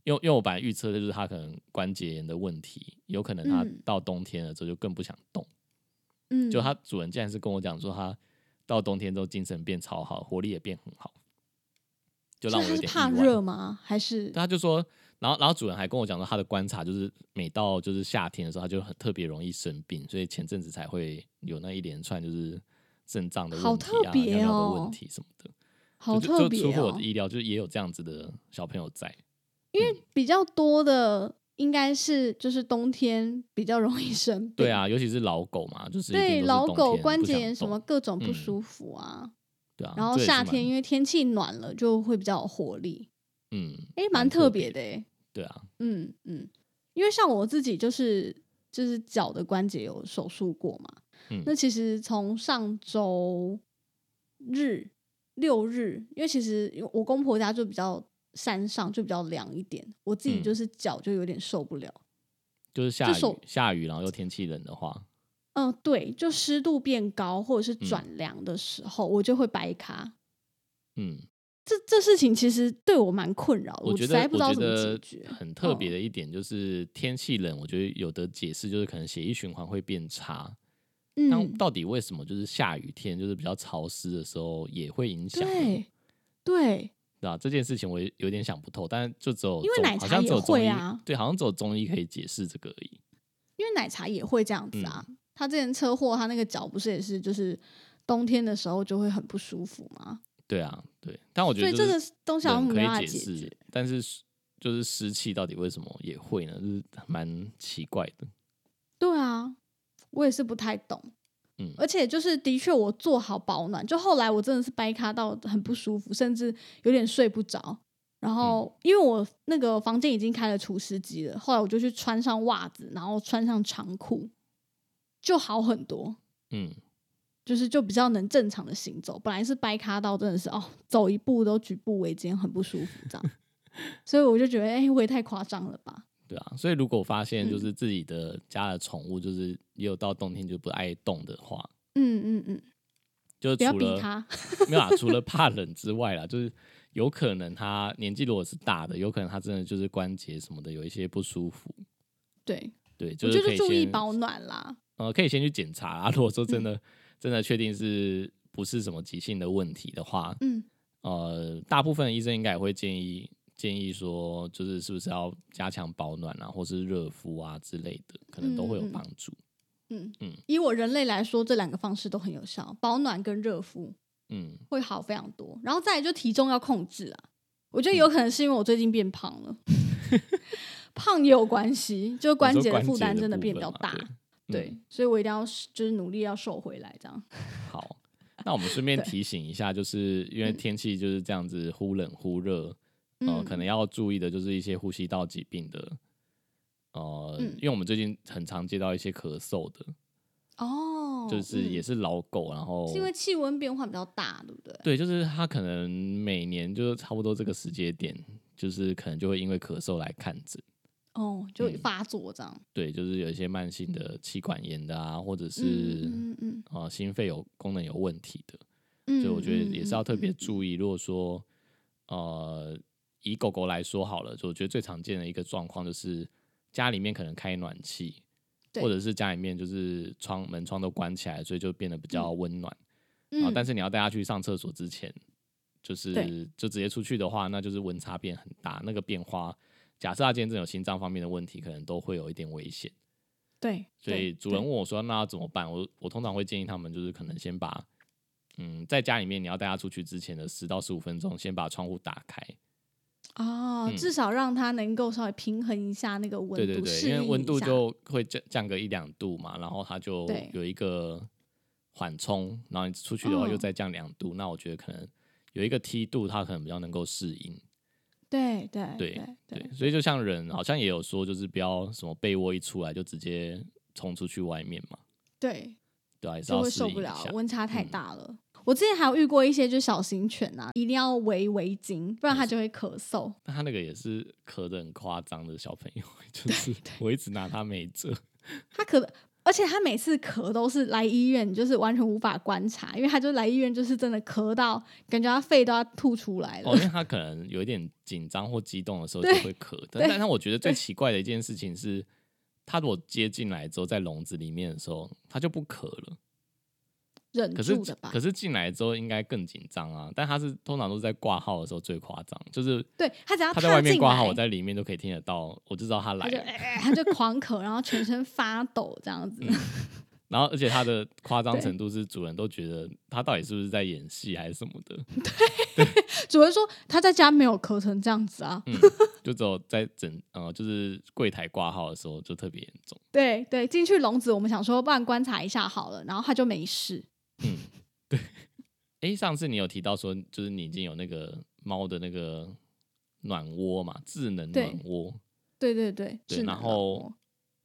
Speaker 2: 因为因为我本来预测的就是他可能关节炎的问题，有可能他
Speaker 1: 嗯
Speaker 2: 到冬天了之后就更不想动。
Speaker 1: 嗯，
Speaker 2: 就他主人竟然是跟我讲说，他到冬天之后精神变超好，活力也变很好，就
Speaker 1: 所
Speaker 2: 让
Speaker 1: 以他
Speaker 2: 我有
Speaker 1: 是
Speaker 2: 点
Speaker 1: 怕
Speaker 2: 意外
Speaker 1: 热吗？还是
Speaker 2: 对啊他就说，然后然后主人还跟我讲说，他的观察就是每到就是夏天的时候，他就很特别容易生病，所以前阵子才会有那一连串就是肾脏的
Speaker 1: 好
Speaker 2: 问题
Speaker 1: 特
Speaker 2: 啊、
Speaker 1: 别
Speaker 2: 尿尿的
Speaker 1: 哦
Speaker 2: 问题什么的，
Speaker 1: 好
Speaker 2: 就就
Speaker 1: 特
Speaker 2: 就出
Speaker 1: 别
Speaker 2: 乎我
Speaker 1: 哦
Speaker 2: 的？意嗯料，就是也有这样子的小朋友在。
Speaker 1: 比较多的应该是就是冬天比较容易生病。
Speaker 2: 对，啊，尤其是老狗嘛，就是一定
Speaker 1: 对
Speaker 2: 都是
Speaker 1: 老
Speaker 2: 冬
Speaker 1: 狗
Speaker 2: 天
Speaker 1: 关
Speaker 2: 不
Speaker 1: 节
Speaker 2: 想
Speaker 1: 炎什
Speaker 2: 动
Speaker 1: 么各种不
Speaker 2: 嗯
Speaker 1: 舒服啊，
Speaker 2: 对啊，
Speaker 1: 然后
Speaker 2: 这也是
Speaker 1: 夏
Speaker 2: 蛮
Speaker 1: 天因为天气暖了就会比较有活力，
Speaker 2: 嗯
Speaker 1: 诶，蛮特
Speaker 2: 特
Speaker 1: 别
Speaker 2: 别
Speaker 1: 的诶。
Speaker 2: 对啊
Speaker 1: 嗯嗯，因为像我自己就是就是脚的关节有手术过嘛，
Speaker 2: 嗯
Speaker 1: 那其实从上周日六日，因为其实因为我公婆家就比较山上，就比较凉一点，我自己
Speaker 2: 嗯
Speaker 1: 就是脚就有点受不了。
Speaker 2: 就是下
Speaker 1: 就
Speaker 2: 雨
Speaker 1: 手
Speaker 2: 下雨，然后又天气冷的话，
Speaker 1: 嗯、对，就湿度变高或者是转凉的时候，我就会掰卡。
Speaker 2: 嗯，
Speaker 1: 这这事情其实对我蛮困扰的，我
Speaker 2: 觉
Speaker 1: 实
Speaker 2: 得
Speaker 1: 在不知道
Speaker 2: 我觉
Speaker 1: 怎么嗯解
Speaker 2: 得
Speaker 1: 决。
Speaker 2: 很特别的一点就是天气冷，我觉得有的解释就是可能血液循环会变差。那、
Speaker 1: 嗯，
Speaker 2: 到底为什么就是下雨天就是比较潮湿的时候也会影响呢？
Speaker 1: 对对，
Speaker 2: 对啊吧？这件事情我也有点想不透，但就只有
Speaker 1: 因为
Speaker 2: 中
Speaker 1: 奶
Speaker 2: 好
Speaker 1: 茶
Speaker 2: 像只有
Speaker 1: 也会
Speaker 2: 中医
Speaker 1: 啊
Speaker 2: 对，好像只有中医可以解释这个而已。
Speaker 1: 因为奶茶也会这样子啊。
Speaker 2: 嗯
Speaker 1: 他之前车祸，他那个脚不是也是就是冬天的时候就会很不舒服吗？
Speaker 2: 对啊，对，但我觉
Speaker 1: 所
Speaker 2: 得
Speaker 1: 以
Speaker 2: 就
Speaker 1: 这
Speaker 2: 是
Speaker 1: 个东西好像
Speaker 2: 冷
Speaker 1: 没办法
Speaker 2: 可以
Speaker 1: 解
Speaker 2: 解释
Speaker 1: 决。，
Speaker 2: 但是湿就是湿气到底为什么也会呢？就是蛮奇怪的。
Speaker 1: 对啊，我也是不太懂。
Speaker 2: 嗯
Speaker 1: 而且就是的确我做好保暖，就后来我真的是掰咖到很不舒服，甚至有点睡不着。然
Speaker 2: 嗯
Speaker 1: 后因为我那个房间已经开了除湿机了，后来我就去穿上袜子，然后穿上长裤，就好很多。
Speaker 2: 嗯，
Speaker 1: 就是就比较能正常的行走。本来是掰咖到真的是哦，走一步都举步维艰，很不舒服 这样。所以我就觉得，哎、我也太夸张了吧？
Speaker 2: 对啊，所以如果我发现
Speaker 1: 嗯
Speaker 2: 就是自己的家的宠物就是也有到冬天就不爱动的话，
Speaker 1: 嗯嗯嗯，
Speaker 2: 就是
Speaker 1: 不要
Speaker 2: 除
Speaker 1: 逼
Speaker 2: 了
Speaker 1: 他。
Speaker 2: 没有啊， 除了怕冷之外啦，就是有可能它年纪如果是大的，有可能它真的就是关节什么的有一些不舒服，
Speaker 1: 对，
Speaker 2: 对，
Speaker 1: 我
Speaker 2: 就
Speaker 1: 觉
Speaker 2: 是
Speaker 1: 得
Speaker 2: 可以
Speaker 1: 注意
Speaker 2: 先
Speaker 1: 保嗯暖啦。
Speaker 2: 呃可以先去检查啊。如果说真的、真的确定是不是什么急性的问题的话，
Speaker 1: 嗯，
Speaker 2: 呃，大部分的医生应该也会建议建议说，就是是不是要加强保暖啊，或是热敷啊之类的，可能都会有
Speaker 1: 嗯嗯嗯
Speaker 2: 帮助。
Speaker 1: 嗯
Speaker 2: 嗯
Speaker 1: 以我人类来说，这两个方式都很有效，保暖跟热敷
Speaker 2: 嗯
Speaker 1: 会好非常多。然后再来就体重要控制啊，我觉得有可能是因为我最近变胖了， 胖也有关系，就是关节的负担真的变比较大
Speaker 2: 你说关节的部分。
Speaker 1: 对，
Speaker 2: 嗯
Speaker 1: 所以我一定要就是努力要瘦回来这样。
Speaker 2: 好，那我们顺便
Speaker 1: 对
Speaker 2: 提醒一下，就是因为
Speaker 1: 嗯
Speaker 2: 天气就是这样子忽冷忽热，呃，
Speaker 1: 嗯，
Speaker 2: 可能要注意的就是一些呼吸道疾病的，呃，
Speaker 1: 嗯
Speaker 2: 因为我们最近很常接到一些咳嗽的，
Speaker 1: 哦，
Speaker 2: 就是也
Speaker 1: 嗯
Speaker 2: 是老狗，然后
Speaker 1: 是因为气温变化比较大，对不对？
Speaker 2: 对，就是它可能每年就是差不多这个时节点，就是可能就会因为咳嗽来看诊。
Speaker 1: 哦，就
Speaker 2: 嗯
Speaker 1: 发作这样。
Speaker 2: 对，就是有一些慢性的气管炎的啊，或者是、
Speaker 1: 嗯嗯嗯
Speaker 2: 呃心肺有功能有问题的，
Speaker 1: 嗯，
Speaker 2: 所以我觉得
Speaker 1: 嗯
Speaker 2: 也是要特
Speaker 1: 嗯
Speaker 2: 别。
Speaker 1: 嗯嗯
Speaker 2: 注意。如果说呃以狗狗来说好了，就我觉得最常见的一个状况就是家里面可能开暖气，
Speaker 1: 对
Speaker 2: 或者是家里面就是窗门窗都关起来，所以就变得比较温暖。啊、
Speaker 1: 嗯，
Speaker 2: 但是你要带它去上厕所之前，就是
Speaker 1: 对
Speaker 2: 就直接出去的话，那就是温差变很大，那个变化，假设它今天真的有心脏方面的问题，可能都会有一点危险。
Speaker 1: 对，
Speaker 2: 所以
Speaker 1: 对
Speaker 2: 主人问
Speaker 1: 对
Speaker 2: 我说：“那要怎么办？”我我通常会建议他们，就是可能先把，嗯，在家里面你要带它出去之前的十到十五分钟，先把窗户打开。
Speaker 1: 哦，
Speaker 2: 嗯
Speaker 1: 至少让它能够稍微平衡一下那个温
Speaker 2: 对
Speaker 1: 度，
Speaker 2: 对对，
Speaker 1: 适
Speaker 2: 因为
Speaker 1: 应
Speaker 2: 温
Speaker 1: 一
Speaker 2: 度
Speaker 1: 下
Speaker 2: 就会降降个一两度嘛，然后它就
Speaker 1: 对
Speaker 2: 有一个缓冲，然后你出去的话又
Speaker 1: 嗯
Speaker 2: 再降两度，那我觉得可能有一个梯度，它可能比较能够适应。
Speaker 1: 对对
Speaker 2: 对对
Speaker 1: 对，，
Speaker 2: 所以就像人好像也有说，就是不要什么被窝一出来就直接冲出去外面嘛，
Speaker 1: 对，
Speaker 2: 对啊，也是
Speaker 1: 就
Speaker 2: 要
Speaker 1: 会
Speaker 2: 适
Speaker 1: 受
Speaker 2: 应
Speaker 1: 不
Speaker 2: 一
Speaker 1: 了
Speaker 2: 下，。
Speaker 1: 温差太
Speaker 2: 嗯
Speaker 1: 大了。我之前还有遇过一些就是小型犬啊，一定要围围巾，不然
Speaker 2: 嗯
Speaker 1: 它就会咳嗽。
Speaker 2: 但他那个 也 是咳得很夸张的小朋友，就是我一直拿他没辙。
Speaker 1: 它咳的而且它每次咳都是来医院，就是完全无法观察，因为它就来医院就是真的咳到感觉它肺都要吐出来了。
Speaker 2: 哦，因为他可能有一点紧张或激动的时候就
Speaker 1: 对
Speaker 2: 会咳，
Speaker 1: 对
Speaker 2: 但但是我觉得最奇怪的一件事情是，他如果接进来之后在笼子里面的时候，他就不咳了。
Speaker 1: 忍
Speaker 2: 可是
Speaker 1: 住的吧
Speaker 2: 可？是进来之后应该更紧张啊，但他是通常都是在挂号的时候最夸张，就是
Speaker 1: 对他只要
Speaker 2: 他
Speaker 1: 踏
Speaker 2: 在外面
Speaker 1: 进
Speaker 2: 挂号，
Speaker 1: 来
Speaker 2: 我在里面都可以听得到，我就知道他来
Speaker 1: 他就、
Speaker 2: 了。
Speaker 1: 哎他就狂咳，然后全身发抖这样子。
Speaker 2: 然后而且他的夸张
Speaker 1: 对
Speaker 2: 程度是主人都觉得他到底是不是在演戏还是什么的，
Speaker 1: 主人说他在家没有咳成这样子啊。
Speaker 2: 就只有在整呃就是柜台挂号的时候就特别严重。
Speaker 1: 对对，进去笼子，我们想说不然观察一下好了，然后他就没事。
Speaker 2: 嗯，对。哎，上次你有提到说，就是你已经有那个猫的那个暖窝嘛，智能
Speaker 1: 对
Speaker 2: 暖窝。
Speaker 1: 对对对，
Speaker 2: 对，
Speaker 1: 智
Speaker 2: 然
Speaker 1: 能老
Speaker 2: 后
Speaker 1: 婆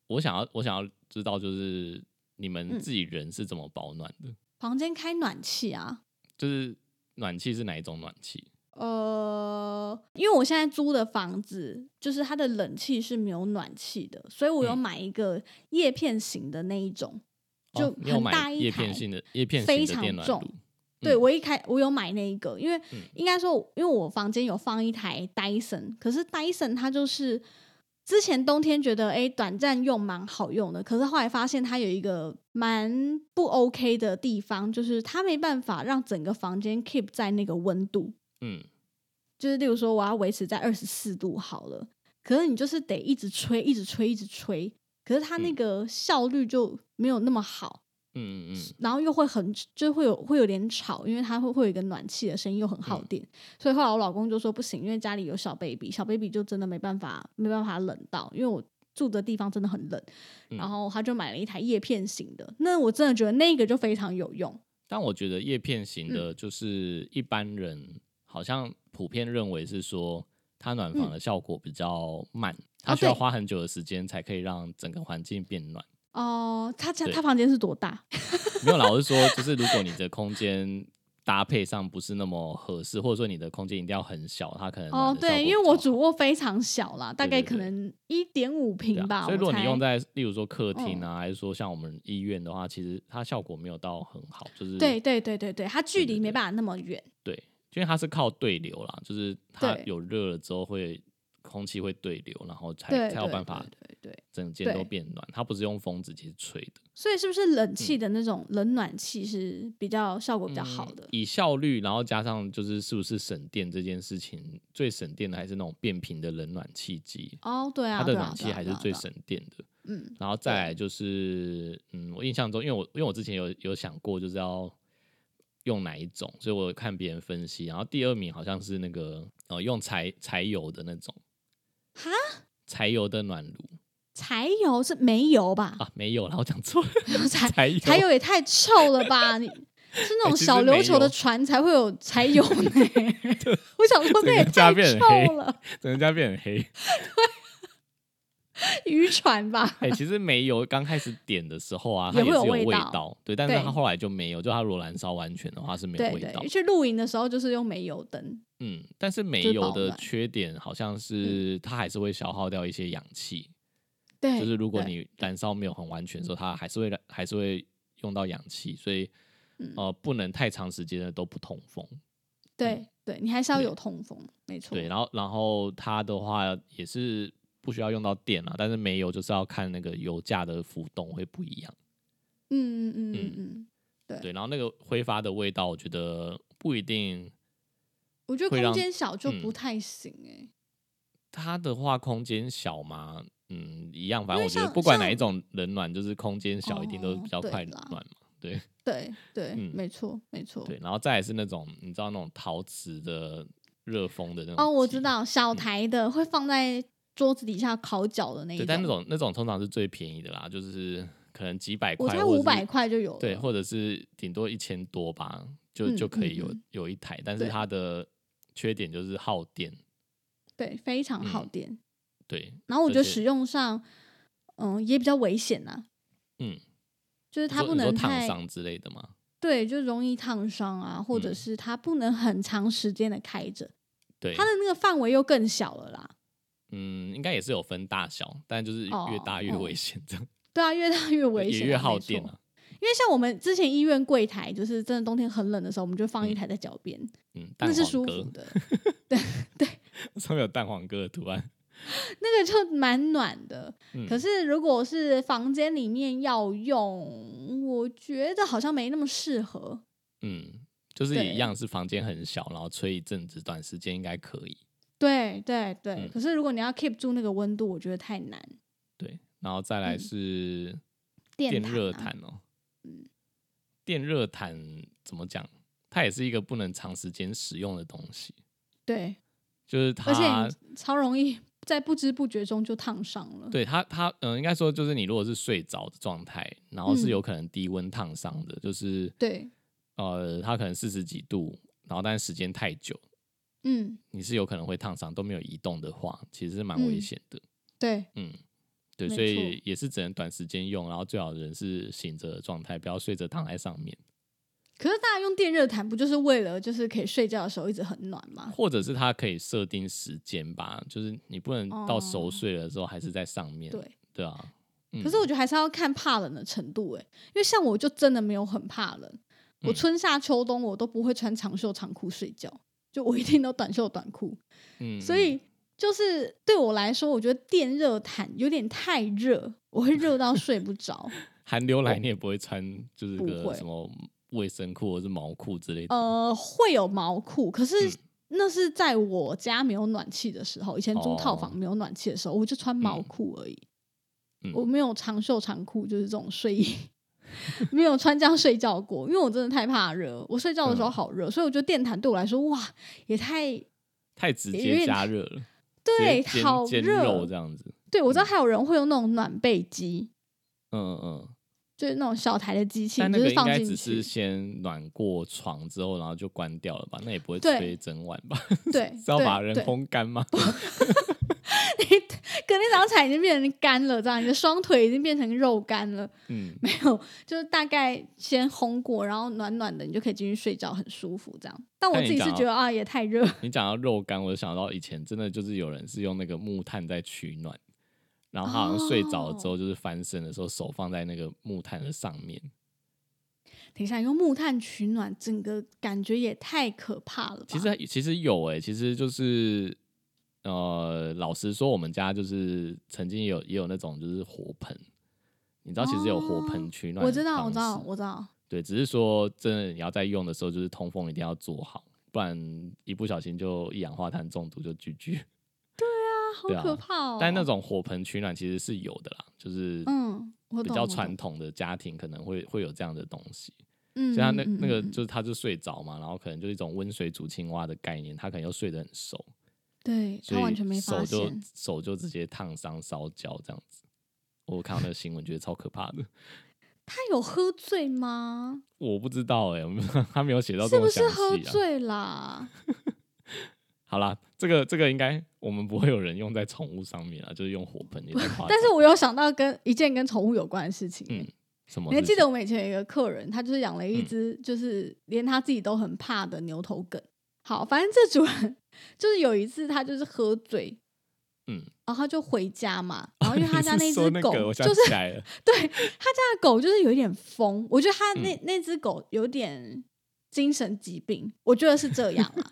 Speaker 2: 我想要，我想要知道，就是你们
Speaker 1: 嗯
Speaker 2: 自己人是怎么保暖的？
Speaker 1: 房间开暖气啊。
Speaker 2: 就是暖气是哪一种暖气？
Speaker 1: 呃，因为我现在租的房子，就是它的冷气是没有暖气的，所以我有
Speaker 2: 嗯
Speaker 1: 买一个叶片型的那一种，
Speaker 2: 哦你
Speaker 1: 就
Speaker 2: 有
Speaker 1: 很大
Speaker 2: 买
Speaker 1: 一
Speaker 2: 叶
Speaker 1: 台
Speaker 2: 片，性的叶片
Speaker 1: 非
Speaker 2: 型的
Speaker 1: 常
Speaker 2: 电暖
Speaker 1: 重
Speaker 2: 炉。
Speaker 1: 对
Speaker 2: 嗯
Speaker 1: 我一开我有买那一个，因为
Speaker 2: 嗯
Speaker 1: 应该说，因为我房间有放一台 Dyson，可是 Dyson 它就是之前冬天觉得哎、诶短暂用蛮好用的，可是后来发现它有一个蛮不 OK 的地方，就是它没办法让整个房间 keep 在那个温度，
Speaker 2: 嗯，
Speaker 1: 就是例如说我要维持在二十四度好了，可是你就是得一直吹，一直吹，一直吹，可是它那
Speaker 2: 嗯
Speaker 1: 个效率就没有那么好。
Speaker 2: 嗯嗯嗯，
Speaker 1: 然后又会很，就会有会有点吵，因为它会会有一个暖气的声音，又很
Speaker 2: 嗯
Speaker 1: 耗电，所以后来我老公就说不行，因为家里有小 baby，小 baby 就真的没办法没办法冷到，因为我住的地方真的很冷，
Speaker 2: 嗯
Speaker 1: 然后他就买了一台叶片型的，那我真的觉得那个就非常有用，
Speaker 2: 但我觉得叶片型的，
Speaker 1: 嗯
Speaker 2: 就是一般人好像普遍认为是说，它暖房的效果比较慢，它需
Speaker 1: 嗯
Speaker 2: 要
Speaker 1: 哦对
Speaker 2: 花很久的时间才可以让整个环境变暖。
Speaker 1: 哦、他家
Speaker 2: 对
Speaker 1: 他房间是多大？
Speaker 2: 没有啦，我是说，就是如果你的空间搭配上不是那么合适，或者说你的空间一定要很小，它可能暖
Speaker 1: 哦，
Speaker 2: 的效果
Speaker 1: 对，
Speaker 2: 比
Speaker 1: 因为
Speaker 2: 较
Speaker 1: 我
Speaker 2: 好
Speaker 1: 主卧非常小啦，大
Speaker 2: 对
Speaker 1: 概
Speaker 2: 对
Speaker 1: 可
Speaker 2: 对
Speaker 1: 能一点五
Speaker 2: 对
Speaker 1: 平
Speaker 2: 啊
Speaker 1: 吧。
Speaker 2: 所
Speaker 1: 我
Speaker 2: 以
Speaker 1: 嗯
Speaker 2: 如果你
Speaker 1: 猜
Speaker 2: 用在例如说客厅啊，还是说像我们医院的话，其实它效果没有到很好，就是
Speaker 1: 对对对对对，它距
Speaker 2: 对
Speaker 1: 离
Speaker 2: 对
Speaker 1: 没
Speaker 2: 对
Speaker 1: 办法那么远。
Speaker 2: 对，因为它是靠对流啦，就是它
Speaker 1: 对
Speaker 2: 有热了之后会空气会对流，然后才
Speaker 1: 对
Speaker 2: 才有
Speaker 1: 对
Speaker 2: 办
Speaker 1: 对
Speaker 2: 法
Speaker 1: 对对。
Speaker 2: 整间都
Speaker 1: 对
Speaker 2: 变暖。它不是用风直接吹的，
Speaker 1: 所以是不是冷气的那种冷暖气是比较效果比较好
Speaker 2: 嗯嗯
Speaker 1: 的？
Speaker 2: 以效率，然后加上就是是不是省电这件事情，最省电的还是那种变频的冷暖气机，
Speaker 1: 哦，对啊，
Speaker 2: 它的
Speaker 1: 对啊
Speaker 2: 暖
Speaker 1: 对
Speaker 2: 气
Speaker 1: 啊
Speaker 2: 还
Speaker 1: 对
Speaker 2: 是
Speaker 1: 啊
Speaker 2: 最
Speaker 1: 对啊
Speaker 2: 省电的。
Speaker 1: 嗯，
Speaker 2: 然后再来就是，嗯，我印象中，因为我因为我之前有有想过，就是要用哪一种，所以我有看别人分析，然后第二名好像是那个呃用柴柴油的那种
Speaker 1: 哈，
Speaker 2: 柴油的暖炉
Speaker 1: 柴油是煤油吧？
Speaker 2: 啊，没有啦，我讲错了，
Speaker 1: 柴
Speaker 2: 柴油
Speaker 1: 柴油也太臭了吧！ 你是那
Speaker 2: 哎
Speaker 1: 种
Speaker 2: 其实
Speaker 1: 小
Speaker 2: 煤
Speaker 1: 琉球的
Speaker 2: 油
Speaker 1: 船才会有柴油 呢。我想说，
Speaker 2: 整
Speaker 1: 那也
Speaker 2: 个家
Speaker 1: 太
Speaker 2: 变黑
Speaker 1: 臭了，
Speaker 2: 整个家变很黑。
Speaker 1: 渔船吧？
Speaker 2: 哎、其实煤油刚开始点的时候啊，它
Speaker 1: 也会
Speaker 2: 也是
Speaker 1: 有
Speaker 2: 有
Speaker 1: 味
Speaker 2: 味
Speaker 1: 道
Speaker 2: 对，但是它
Speaker 1: 对
Speaker 2: 后来就没有，就它如果燃烧完全的话是没有
Speaker 1: 对
Speaker 2: 味
Speaker 1: 对
Speaker 2: 道，，
Speaker 1: 去露营的时候就是用煤油灯。
Speaker 2: 嗯，但是煤
Speaker 1: 就是
Speaker 2: 油
Speaker 1: 保
Speaker 2: 的
Speaker 1: 暖嗯
Speaker 2: 缺点好像是它还是会消耗掉一些氧气，
Speaker 1: 对，
Speaker 2: 就是如果
Speaker 1: 对
Speaker 2: 你燃烧没有很完全的时候，它还是会燃还是会用到氧气，所以
Speaker 1: 嗯
Speaker 2: 呃不能太长时间的都不通风。
Speaker 1: 对对，你还是要
Speaker 2: 嗯对
Speaker 1: 有通风，没错。
Speaker 2: 对，然后然后它的话也是不需要用到电啦，但是煤油就是要看那个油价的浮动会不一样。
Speaker 1: 嗯嗯嗯
Speaker 2: 嗯
Speaker 1: 嗯嗯，对
Speaker 2: 对，然后那个挥发的味道，我觉得不一定。
Speaker 1: 我觉得
Speaker 2: 会
Speaker 1: 空
Speaker 2: 让
Speaker 1: 间小就
Speaker 2: 嗯
Speaker 1: 不太行哎、
Speaker 2: 它的话空间小嘛，嗯，一样，反
Speaker 1: 因
Speaker 2: 正
Speaker 1: 为
Speaker 2: 我觉得
Speaker 1: 像
Speaker 2: 不管哪
Speaker 1: 像
Speaker 2: 一种冷暖，就是空间小一定都
Speaker 1: 哦
Speaker 2: 比较
Speaker 1: 对
Speaker 2: 快暖
Speaker 1: 啦哦
Speaker 2: 嘛。
Speaker 1: 对对，
Speaker 2: 嗯
Speaker 1: 没错没错。
Speaker 2: 对，然后再来是那种你知道那种陶瓷的热风的那种
Speaker 1: 哦，我
Speaker 2: 机
Speaker 1: 知道，小
Speaker 2: 嗯
Speaker 1: 台的、会放在桌子底下烤脚的那一
Speaker 2: 对，
Speaker 1: 种，
Speaker 2: 但那种那种通常是最便宜的啦，就是可能几百
Speaker 1: 我
Speaker 2: 块，
Speaker 1: 猜
Speaker 2: 或者
Speaker 1: 五
Speaker 2: 是
Speaker 1: 百，块就有了。
Speaker 2: 对，或者是顶多一千多吧，就、
Speaker 1: 嗯
Speaker 2: 就可
Speaker 1: 嗯
Speaker 2: 以有
Speaker 1: 嗯
Speaker 2: 有一台，但是
Speaker 1: 对
Speaker 2: 它的缺点就是耗电，
Speaker 1: 对非常耗
Speaker 2: 嗯
Speaker 1: 电。
Speaker 2: 对，
Speaker 1: 然后我觉得
Speaker 2: 而且
Speaker 1: 使用上，嗯，也比较危险呐、
Speaker 2: 嗯，
Speaker 1: 就是它
Speaker 2: 你
Speaker 1: 不
Speaker 2: 说你说
Speaker 1: 能
Speaker 2: 烫
Speaker 1: 太
Speaker 2: 伤之类的嘛，
Speaker 1: 对，就容易烫伤啊，或者
Speaker 2: 嗯
Speaker 1: 是它不能很长时间的开着，
Speaker 2: 对
Speaker 1: 它，的那个范围又更小了啦。
Speaker 2: 嗯，应该也是有分大小，但就是
Speaker 1: 哦
Speaker 2: 越大越
Speaker 1: 哦
Speaker 2: 危险这样。
Speaker 1: 对啊，越大越危
Speaker 2: 也
Speaker 1: 险啊，
Speaker 2: 越耗
Speaker 1: 没错
Speaker 2: 电啊。
Speaker 1: 因为像我们之前医院柜台，就是真的冬天很冷的时候，我们就放一台在脚边，
Speaker 2: 嗯，蛋
Speaker 1: 那是
Speaker 2: 黄
Speaker 1: 舒服
Speaker 2: 哥
Speaker 1: 的，
Speaker 2: 上面有蛋黄哥的图案，
Speaker 1: 那个就蛮暖的。
Speaker 2: 嗯
Speaker 1: 可是如果是房间里面要用，我觉得好像没那么适合。
Speaker 2: 嗯，就是
Speaker 1: 对
Speaker 2: 一样是房间很小，然后吹一阵子，短时间应该可以。
Speaker 1: 对对对，
Speaker 2: 嗯
Speaker 1: 可是如果你要 keep 住那个温度，我觉得太难。
Speaker 2: 对，然后再来
Speaker 1: 嗯
Speaker 2: 是
Speaker 1: 电
Speaker 2: 电
Speaker 1: 毯
Speaker 2: 热
Speaker 1: 啊嗯
Speaker 2: 毯哦、电热毯怎么讲？它也是一个不能长时间使用的东西，
Speaker 1: 对，
Speaker 2: 就是
Speaker 1: 而
Speaker 2: 它
Speaker 1: 且你超容易在不知不觉中就烫伤了。
Speaker 2: 对它它嗯、应该说就是你如果是睡着的状态，然后是
Speaker 1: 嗯
Speaker 2: 有可能低温烫伤的，就是
Speaker 1: 对，
Speaker 2: 呃，它可能四十几度，然后但是时间太久，
Speaker 1: 嗯，
Speaker 2: 你是有可能会烫伤，都没有移动的话，其实是蛮危
Speaker 1: 嗯
Speaker 2: 险的。
Speaker 1: 对
Speaker 2: 嗯，对，
Speaker 1: 没
Speaker 2: 所以
Speaker 1: 错
Speaker 2: 也是只能短时间用，然后最好人是醒着的状态，不要睡着躺在上面，
Speaker 1: 可是大家用电热毯不就是为了就是可以睡觉的时候一直很暖吗？
Speaker 2: 或者是它可以设定时间吧，就是你不能到
Speaker 1: 哦
Speaker 2: 熟睡了之后还是在上面，
Speaker 1: 对。
Speaker 2: 对啊。嗯
Speaker 1: 可是我觉得还是要看怕冷的程度哎、因为像我就真的没有很怕冷，我
Speaker 2: 嗯
Speaker 1: 春夏秋冬我都不会穿长袖长裤睡觉， 就我一定都短袖短裤，
Speaker 2: 嗯
Speaker 1: 所以就是对我来说，我觉得电热毯有点太热，我会热到睡不着。
Speaker 2: 寒流来你也不会穿就是
Speaker 1: 不
Speaker 2: 个
Speaker 1: 会
Speaker 2: 什么卫生裤或是毛裤之类的，
Speaker 1: 呃，会有毛裤，可是
Speaker 2: 嗯
Speaker 1: 那是在我家没有暖气的时候，以前租套
Speaker 2: 哦
Speaker 1: 房没有暖气的时候，我就穿毛
Speaker 2: 嗯
Speaker 1: 裤而已，
Speaker 2: 嗯
Speaker 1: 我没有长袖长裤，就是这种睡衣， 没有穿这样睡觉过，因为我真的太怕热，我睡觉的时候
Speaker 2: 嗯
Speaker 1: 好热，所以我觉得电毯对我来说，哇，也太
Speaker 2: 太直
Speaker 1: 有
Speaker 2: 接
Speaker 1: 点
Speaker 2: 加热了，直接
Speaker 1: 对，
Speaker 2: 煎
Speaker 1: 好
Speaker 2: 煎肉
Speaker 1: 热
Speaker 2: 这，样嗯子，
Speaker 1: 对我知道还有人会用那种暖被机。
Speaker 2: 嗯嗯嗯。
Speaker 1: 就是那种小台的机器，
Speaker 2: 但那
Speaker 1: 就
Speaker 2: 个
Speaker 1: 是
Speaker 2: 应
Speaker 1: 放
Speaker 2: 该
Speaker 1: 进
Speaker 2: 只是
Speaker 1: 去。
Speaker 2: 先暖过床之后，然后就关掉了吧？那也不会
Speaker 1: 对
Speaker 2: 吹整晚吧？
Speaker 1: 对，
Speaker 2: 是要
Speaker 1: 对
Speaker 2: 把人
Speaker 1: 对
Speaker 2: 烘干吗？
Speaker 1: 隔天早上起来已经变成干了，这样你的双腿已经变成肉干了。
Speaker 2: 嗯，
Speaker 1: 没有， 就是大概先烘过，然后暖暖的，你就可以进去睡觉，很舒服这样。但我
Speaker 2: 但
Speaker 1: 自
Speaker 2: 你
Speaker 1: 己是
Speaker 2: 讲哦到
Speaker 1: 觉得啊，也太热，
Speaker 2: 你讲到肉干，我就想到以前真的就是有人是用那个木炭在取暖，然后他好像睡着之后
Speaker 1: 哦
Speaker 2: 就是翻身的时候手放在那个木炭的上面，
Speaker 1: 等一下用木炭取暖，整个感觉也太可怕了吧？
Speaker 2: 其实其实有诶、其实就是呃，老实说，我们家就是曾经也有也有那种就是火盆，你知道其实有火盆
Speaker 1: 哦
Speaker 2: 取暖、
Speaker 1: 我知道，我知道，，我知道，啊
Speaker 2: 对，只是说真的你要在用的时候，就是通风一定要做好，不然一不小心就一氧化碳中毒就 GG。
Speaker 1: 啊，好
Speaker 2: 对啊
Speaker 1: 可怕哦！
Speaker 2: 但那种火盆取暖其实是有的啦，就是
Speaker 1: 嗯，我
Speaker 2: 比
Speaker 1: 懂
Speaker 2: 较
Speaker 1: 我懂
Speaker 2: 传统的家庭可能会会有这样的东西。
Speaker 1: 嗯，
Speaker 2: 所以他那
Speaker 1: 嗯
Speaker 2: 那个
Speaker 1: 嗯嗯
Speaker 2: 就是他就睡着嘛，然后可能就一种温水煮青蛙的概念，他可能又睡得很熟，
Speaker 1: 对
Speaker 2: 所
Speaker 1: 他完全
Speaker 2: 以
Speaker 1: 没
Speaker 2: 手
Speaker 1: 发
Speaker 2: 就
Speaker 1: 现，
Speaker 2: 手就直接烫伤烧焦这样子。我看到那个新闻觉得超可怕的，
Speaker 1: 他有喝醉吗？
Speaker 2: 我不知道哎、我们他没有写到这
Speaker 1: 是
Speaker 2: 么
Speaker 1: 不是
Speaker 2: 详
Speaker 1: 喝
Speaker 2: 细啊。
Speaker 1: 醉啦？
Speaker 2: 好啦，这个这个应该我们不会有人用在宠物上面啊，就是用火盆也太夸张。
Speaker 1: 但是我有想到跟一件跟宠物有关的事情欸、
Speaker 2: 嗯什么
Speaker 1: 你还
Speaker 2: 事情？
Speaker 1: 记得我们以前有一个客人，他就是养了一
Speaker 2: 嗯
Speaker 1: 只，就是连他自己都很怕的牛头梗。好，反正这主人就是有一次他就是喝醉，
Speaker 2: 嗯，
Speaker 1: 然后他就回家 嘛，然后因为他家
Speaker 2: 你是
Speaker 1: 只
Speaker 2: 说那
Speaker 1: 狗
Speaker 2: 个我想
Speaker 1: 就是
Speaker 2: 起来了，
Speaker 1: 对他家的狗就是有一点疯，我觉得他
Speaker 2: 嗯
Speaker 1: 那、那只狗有点精神疾病，我觉得是这样 啦，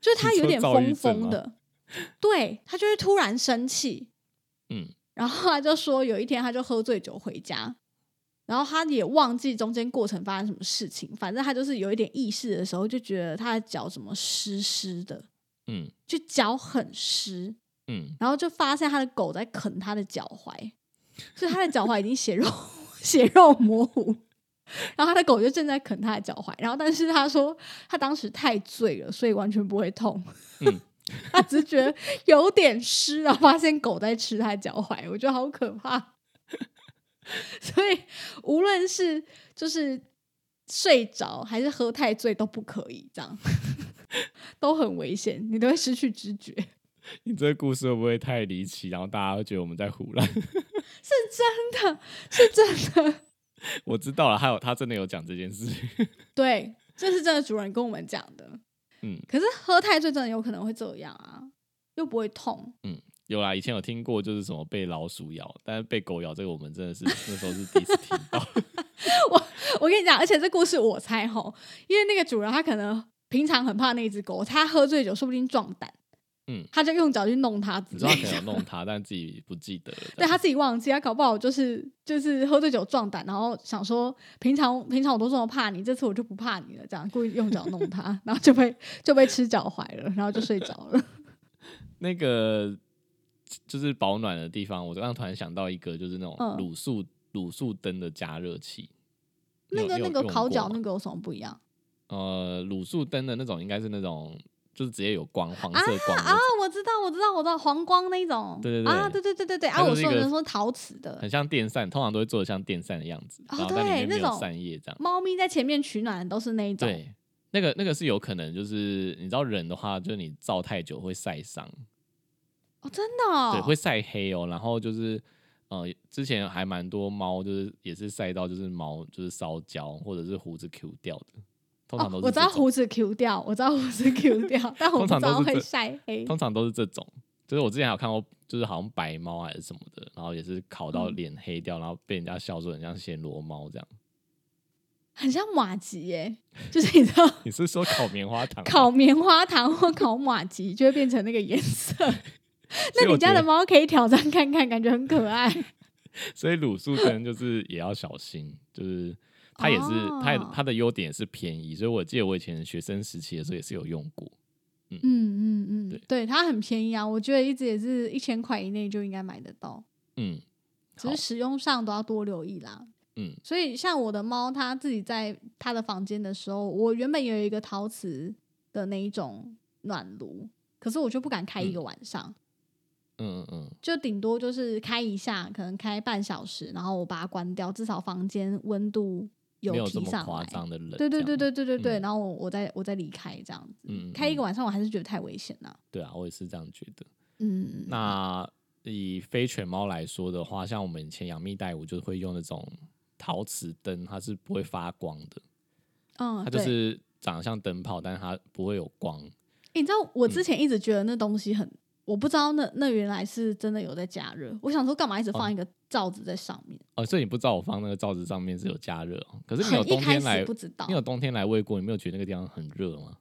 Speaker 1: 就是他
Speaker 2: 你
Speaker 1: 有
Speaker 2: 说
Speaker 1: 点
Speaker 2: 躁
Speaker 1: 疯
Speaker 2: 郁症
Speaker 1: 疯
Speaker 2: 吗
Speaker 1: 的，对他就会突然生气，
Speaker 2: 嗯，
Speaker 1: 然后他就说有一天他就喝醉酒回家，然后他也忘记中间过程发生什么事情，反正他就是有一点意识的时候就觉得他的脚怎么湿湿的，
Speaker 2: 嗯
Speaker 1: 就脚很湿，
Speaker 2: 嗯，
Speaker 1: 然后就发现他的狗在啃他的脚踝，所以他的脚踝已经血肉 血肉模糊。然后他的狗就正在啃他的脚踝，然后但是他说他当时太醉了，所以完全不会痛。
Speaker 2: 嗯
Speaker 1: 他只是觉得有点湿，然后发现狗在吃他的脚踝，我觉得好可怕。 所以无论是就是睡着还是喝太醉都不可以，这样 都很危险，你都会失去知觉。
Speaker 2: 你这个故事会不会太离奇？然后大家会觉得我们在胡乱？
Speaker 1: 是真的，
Speaker 2: 我知道了，还有他真的有讲这件事 情。
Speaker 1: 对，这是真的主人跟我们讲的。
Speaker 2: 嗯
Speaker 1: 可是喝太醉真的有可能会这样啊，又不会痛。
Speaker 2: 嗯，有啦，以前有听过，就是什么被老鼠咬，但是被狗咬这个，我们真的是那时候是第一次听 到。
Speaker 1: 我跟你讲，而且这故事我猜吼，因为那个主人他可能平常很怕那只狗，他喝醉酒说不定撞胆，
Speaker 2: 嗯，
Speaker 1: 他就用脚去弄它之类
Speaker 2: 你知道他可能有
Speaker 1: 的。
Speaker 2: 弄它，但自己不记得了。这
Speaker 1: 对
Speaker 2: 样
Speaker 1: 他自己忘记，他搞不好就是就是喝醉酒撞胆，然后想说平常平常我都这么怕你，这次我就不怕你了，这样故意用脚弄它，然后就被就被吃脚踝了，然后就睡着了。
Speaker 2: 那个就是保暖的地方，我刚刚突然想到一个，就是那种
Speaker 1: 嗯
Speaker 2: 卤素卤素灯的加热器。你
Speaker 1: 那
Speaker 2: 有
Speaker 1: 个
Speaker 2: 你
Speaker 1: 那
Speaker 2: 有
Speaker 1: 个
Speaker 2: 用
Speaker 1: 烤
Speaker 2: 过
Speaker 1: 脚
Speaker 2: 吗
Speaker 1: 那个有什么不一样？
Speaker 2: 呃，卤素灯的那种应该是那种，就是直接有光，黄
Speaker 1: 啊
Speaker 2: 色光那
Speaker 1: 啊
Speaker 2: 种，，
Speaker 1: 我知道，我知道，我知道，黄光那一种，
Speaker 2: 对对对
Speaker 1: 啊，对对对对对，啊，
Speaker 2: 它
Speaker 1: 我
Speaker 2: 就是一
Speaker 1: 说
Speaker 2: 个
Speaker 1: 的说陶瓷的
Speaker 2: 很，像电扇，通常都会做的像电扇的样子，
Speaker 1: 哦
Speaker 2: 然后但里
Speaker 1: 对
Speaker 2: 面没
Speaker 1: 那
Speaker 2: 有
Speaker 1: 种
Speaker 2: 扇叶这样。
Speaker 1: 猫咪在前面取暖的都是那一种，
Speaker 2: 对，那个那个是有可能，就是你知道人的话，就是你照太久会晒伤，
Speaker 1: 哦，真的、哦，
Speaker 2: 对，会晒黑哦。然后就是呃，之前还蛮多猫，就是也是晒到就是毛就是烧焦，或者是胡子 Q 掉的，通常都
Speaker 1: 哦、
Speaker 2: 是、
Speaker 1: 我知道，胡子 Q 掉，我知道胡子 Q 掉，但我不
Speaker 2: 通
Speaker 1: 知
Speaker 2: 常都
Speaker 1: 道
Speaker 2: 是这
Speaker 1: 会晒黑。
Speaker 2: 通常都是这种。就是我之前还有看过，就是好像白猫还是什么的，然后也是烤到
Speaker 1: 嗯
Speaker 2: 脸黑掉，然后被人家笑说很像暹罗猫这样。
Speaker 1: 很像马吉耶，就是你知 道
Speaker 2: 你是说烤棉花 糖吗？
Speaker 1: 烤棉花糖或烤马吉就会变成那个颜色。
Speaker 2: 所以
Speaker 1: 那
Speaker 2: 我
Speaker 1: 你家
Speaker 2: 觉
Speaker 1: 的
Speaker 2: 得
Speaker 1: 猫可以挑战看看，感觉很可 爱。
Speaker 2: 所以卤素灯就是也要小心，就是它也是、它也
Speaker 1: 哦
Speaker 2: 它的优点也是便宜，所以我记得我以前学生时期的时候也是有用过。
Speaker 1: 嗯嗯嗯
Speaker 2: 对，
Speaker 1: 对，它很便宜啊，我觉得一直也是一千块以内就应该买得到，
Speaker 2: 嗯，
Speaker 1: 只
Speaker 2: 好
Speaker 1: 是，使用上都要多留意啦。
Speaker 2: 嗯
Speaker 1: 所以像我的猫，它自己在它的房间的时候，我原本有一个陶瓷的那一种暖炉，可是我就不敢开一个晚上，
Speaker 2: 嗯嗯嗯，
Speaker 1: 就顶多就是开一下，可能开半小时，然后我把它关掉，至少房间温度
Speaker 2: 没有这
Speaker 1: 提
Speaker 2: 么
Speaker 1: 上
Speaker 2: 夸
Speaker 1: 来。
Speaker 2: 张的冷。
Speaker 1: 对对对
Speaker 2: 这样
Speaker 1: 对对对对，
Speaker 2: 嗯
Speaker 1: 然后我我再我再离开这样子，
Speaker 2: 嗯嗯
Speaker 1: 开一个
Speaker 2: 嗯
Speaker 1: 晚上我还是觉得太危险了、
Speaker 2: 对啊，我也是这样觉得。
Speaker 1: 嗯，
Speaker 2: 那以非犬猫来说的话，像我们以前养蜜袋鼯就会用那种陶瓷灯，它是不会发光的，
Speaker 1: 嗯，
Speaker 2: 它就
Speaker 1: 对
Speaker 2: 是长得像灯泡，但是它不会有光。
Speaker 1: 欸你知道
Speaker 2: 嗯
Speaker 1: 我之前一直觉得那东西很，我不知道那那原来是真的有在加热。我想说干嘛一直放一个罩子在上面？
Speaker 2: 哦，所以你不知道我放那个罩子上面是有加热哦，可是你有
Speaker 1: 很一
Speaker 2: 冬
Speaker 1: 开
Speaker 2: 天来
Speaker 1: 始不知道
Speaker 2: 你，有冬天来喂过，你没有觉得那个地方很热吗？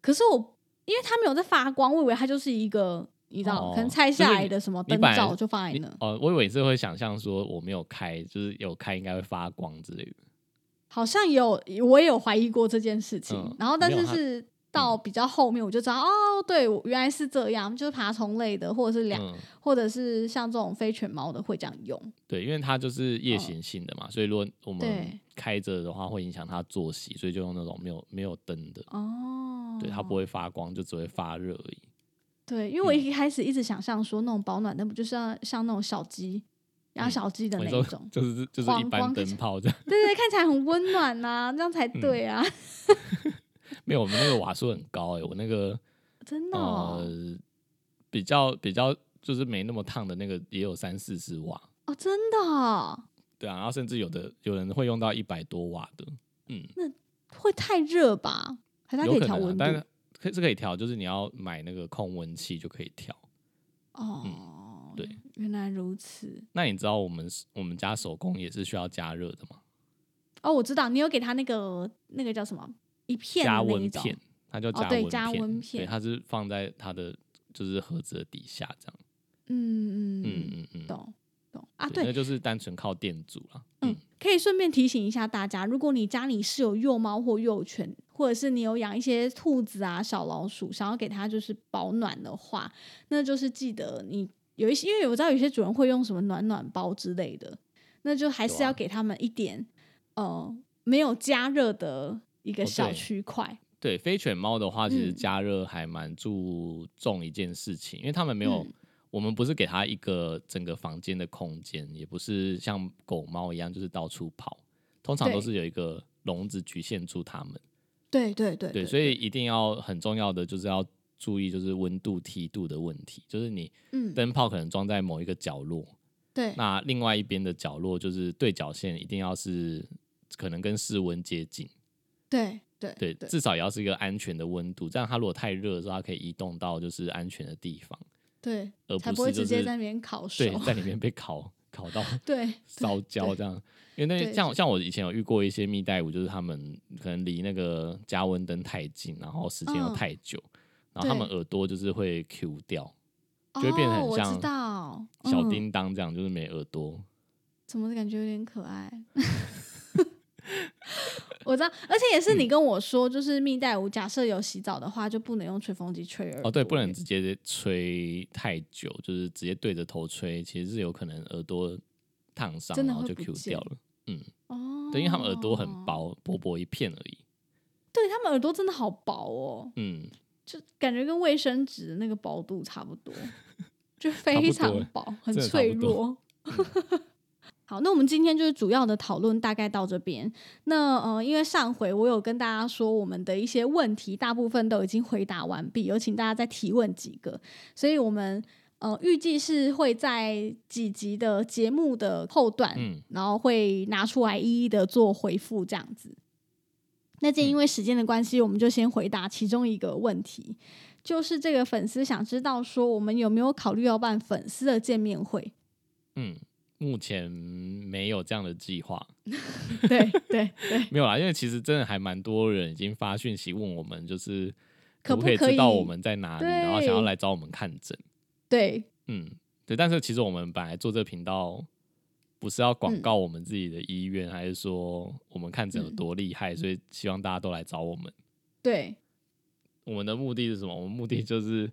Speaker 1: 可是我因为它没有在发光，我以为它就是一个你知道
Speaker 2: 哦
Speaker 1: 可能拆下来的什么
Speaker 2: 就是
Speaker 1: 灯
Speaker 2: 你你本
Speaker 1: 罩
Speaker 2: 来
Speaker 1: 就放在
Speaker 2: 你
Speaker 1: 那，
Speaker 2: 哦，我以为是会想象说我没有开，就是有开应该会发光之类的。
Speaker 1: 好像有我也有怀疑过这件事情。
Speaker 2: 嗯
Speaker 1: 然后但
Speaker 2: 没
Speaker 1: 是
Speaker 2: 有它嗯
Speaker 1: 是到比较后面我就知道、哦，对，我原来是这样，就是爬虫类的或者是两、
Speaker 2: 嗯，
Speaker 1: 或者是像这种非犬猫的会这样用。
Speaker 2: 对，因为它就是夜行性的嘛，所以如果我
Speaker 1: 嗯对
Speaker 2: 们开着的话，会影响它作息，所以就用那种没有没有灯的，
Speaker 1: 哦，
Speaker 2: 对，它不会发光，就只会发热而已。
Speaker 1: 对，因为我
Speaker 2: 嗯
Speaker 1: 一开始一直想象说那种保暖灯不就是要像那种小鸡养
Speaker 2: 嗯
Speaker 1: 小鸡的
Speaker 2: 我
Speaker 1: 那
Speaker 2: 跟你
Speaker 1: 一
Speaker 2: 说
Speaker 1: 种，
Speaker 2: 就是就是一
Speaker 1: 黄
Speaker 2: 般
Speaker 1: 光
Speaker 2: 灯泡这样，
Speaker 1: 对对，看起来很温暖呐、这样才
Speaker 2: 嗯
Speaker 1: 对啊，
Speaker 2: 没有我们那个瓦数很高哎、我那个
Speaker 1: 真的、哦
Speaker 2: 呃比较比较就是没那么烫的那个也有三四十瓦，
Speaker 1: 哦，真的、哦，
Speaker 2: 对啊，然后甚至有的有人会用到一百多瓦的，嗯，
Speaker 1: 会太热吧？还是它
Speaker 2: 有
Speaker 1: 可以
Speaker 2: 可
Speaker 1: 调
Speaker 2: 能、啊
Speaker 1: 温，度？
Speaker 2: 但是可以是可以调，就是你要买那个控温器就可以调。
Speaker 1: 哦，
Speaker 2: 嗯对，
Speaker 1: 原来如此。
Speaker 2: 那你知道我们我们家手工也是需要加热的吗？
Speaker 1: 哦，我知道，你有给它那个那个叫什么一片的
Speaker 2: 加
Speaker 1: 那一
Speaker 2: 温
Speaker 1: 种
Speaker 2: 片，它叫
Speaker 1: 哦
Speaker 2: 加
Speaker 1: 对
Speaker 2: 温
Speaker 1: 加温片
Speaker 2: 对，它是放在它的就是盒子的底下这样。
Speaker 1: 嗯
Speaker 2: 嗯
Speaker 1: 嗯
Speaker 2: 嗯嗯，
Speaker 1: 嗯，懂懂啊，对
Speaker 2: 对，那，就是单纯靠电阻啦。
Speaker 1: 嗯，可以顺便提醒一下大家，如果你家里是有幼猫或幼犬，或者是你有养一些兔子啊、小老鼠，想要给它就是保暖的话，那就是记得你有一些，因为我知道有些主人会用什么暖暖包之类的，那就还是
Speaker 2: 有啊
Speaker 1: 要给他们一点、呃没有加热的一个
Speaker 2: 哦
Speaker 1: 小
Speaker 2: 对
Speaker 1: 区块。
Speaker 2: 对，非犬猫的话，其实
Speaker 1: 嗯
Speaker 2: 加热还蛮注重一件事情，因为它们没有，
Speaker 1: 嗯
Speaker 2: 我们不是给它一个整个房间的空间，也不是像狗猫一样就是到处跑，通常
Speaker 1: 对
Speaker 2: 都是有一个笼子局限住它们。
Speaker 1: 对对对
Speaker 2: 对，所以一定要很重要的就是要注意就是温度梯度的问题，就是你
Speaker 1: 嗯
Speaker 2: 灯泡可能装在某一个角落，
Speaker 1: 对
Speaker 2: 那另外一边的角落就是对角线一定要是可能跟室温接近，
Speaker 1: 对对
Speaker 2: 对，
Speaker 1: 对
Speaker 2: 至少也要是一个安全的温度，这样它如果太热的时候，它可以移动到就是安全的地方。
Speaker 1: 对，
Speaker 2: 而
Speaker 1: 才
Speaker 2: 不
Speaker 1: 不会
Speaker 2: 是就
Speaker 1: 直接
Speaker 2: 是
Speaker 1: 在那边烤熟。
Speaker 2: 对在里面被烤烤到
Speaker 1: 对
Speaker 2: 烧焦这样。因为那
Speaker 1: 对
Speaker 2: 像像我以前有遇过一些蜜袋鼯，就是他们可能离那个加温灯太近，然后时间又
Speaker 1: 嗯
Speaker 2: 太久，然后他们
Speaker 1: 对
Speaker 2: 耳朵就是会 Q 掉，就会变得很
Speaker 1: 哦、我
Speaker 2: 像
Speaker 1: 知道
Speaker 2: 小
Speaker 1: 嗯
Speaker 2: 叮当这样，就是没耳朵。
Speaker 1: 怎么感觉有点可爱？ 我知道，而且也是
Speaker 2: 嗯
Speaker 1: 你跟我说，就是蜜袋鼯假设有洗澡的话，就不能用吹风机吹耳朵。
Speaker 2: 哦，对，不能直接吹太久，就是直接对着头吹，其实是有可能耳朵烫伤，
Speaker 1: 真的
Speaker 2: 然后
Speaker 1: 会
Speaker 2: 就
Speaker 1: 不
Speaker 2: Q
Speaker 1: 见
Speaker 2: 掉了。
Speaker 1: 哦，
Speaker 2: 对，因为他们耳朵很，薄，薄薄一片而已。
Speaker 1: 对他们耳朵真的好薄哦，
Speaker 2: 嗯，
Speaker 1: 就感觉跟卫生纸的那个薄度差 不多，就非
Speaker 2: 差不
Speaker 1: 常
Speaker 2: 多
Speaker 1: 薄， 很
Speaker 2: 真的
Speaker 1: 脆
Speaker 2: 差不多嗯
Speaker 1: 弱。好，那我们今天就是主要的讨论大概到这边。那呃，因为上回我有跟大家说，我们的一些问题大部分都已经回答完毕，有请大家再提问几个，所以我们呃预计是会在几集的节目的后段，
Speaker 2: 嗯
Speaker 1: 然后会拿出来一一的做回复这样子。那今天因为时间的关系，我们就先回答其中一个问题，就是这个粉丝想知道说，我们有没有考虑要办粉丝的见面会？
Speaker 2: 嗯，目前没有这样的计划，
Speaker 1: 对对对，
Speaker 2: 没有啦，因为其实真的还蛮多人已经发讯息问我们，就是
Speaker 1: 可
Speaker 2: 不
Speaker 1: 不
Speaker 2: 可以
Speaker 1: 可
Speaker 2: 知道
Speaker 1: 以
Speaker 2: 我们在哪里，然后想要
Speaker 1: 对
Speaker 2: 来找我们看诊。
Speaker 1: 对
Speaker 2: 嗯，对，但是其实我们本来做这个频道。不是要广
Speaker 1: 嗯
Speaker 2: 告我们自己的医院，还是说我们看诊有
Speaker 1: 嗯
Speaker 2: 多厉害，所以希望大家都来找我们。
Speaker 1: 对
Speaker 2: 我们的目的是什么？我们目的 就是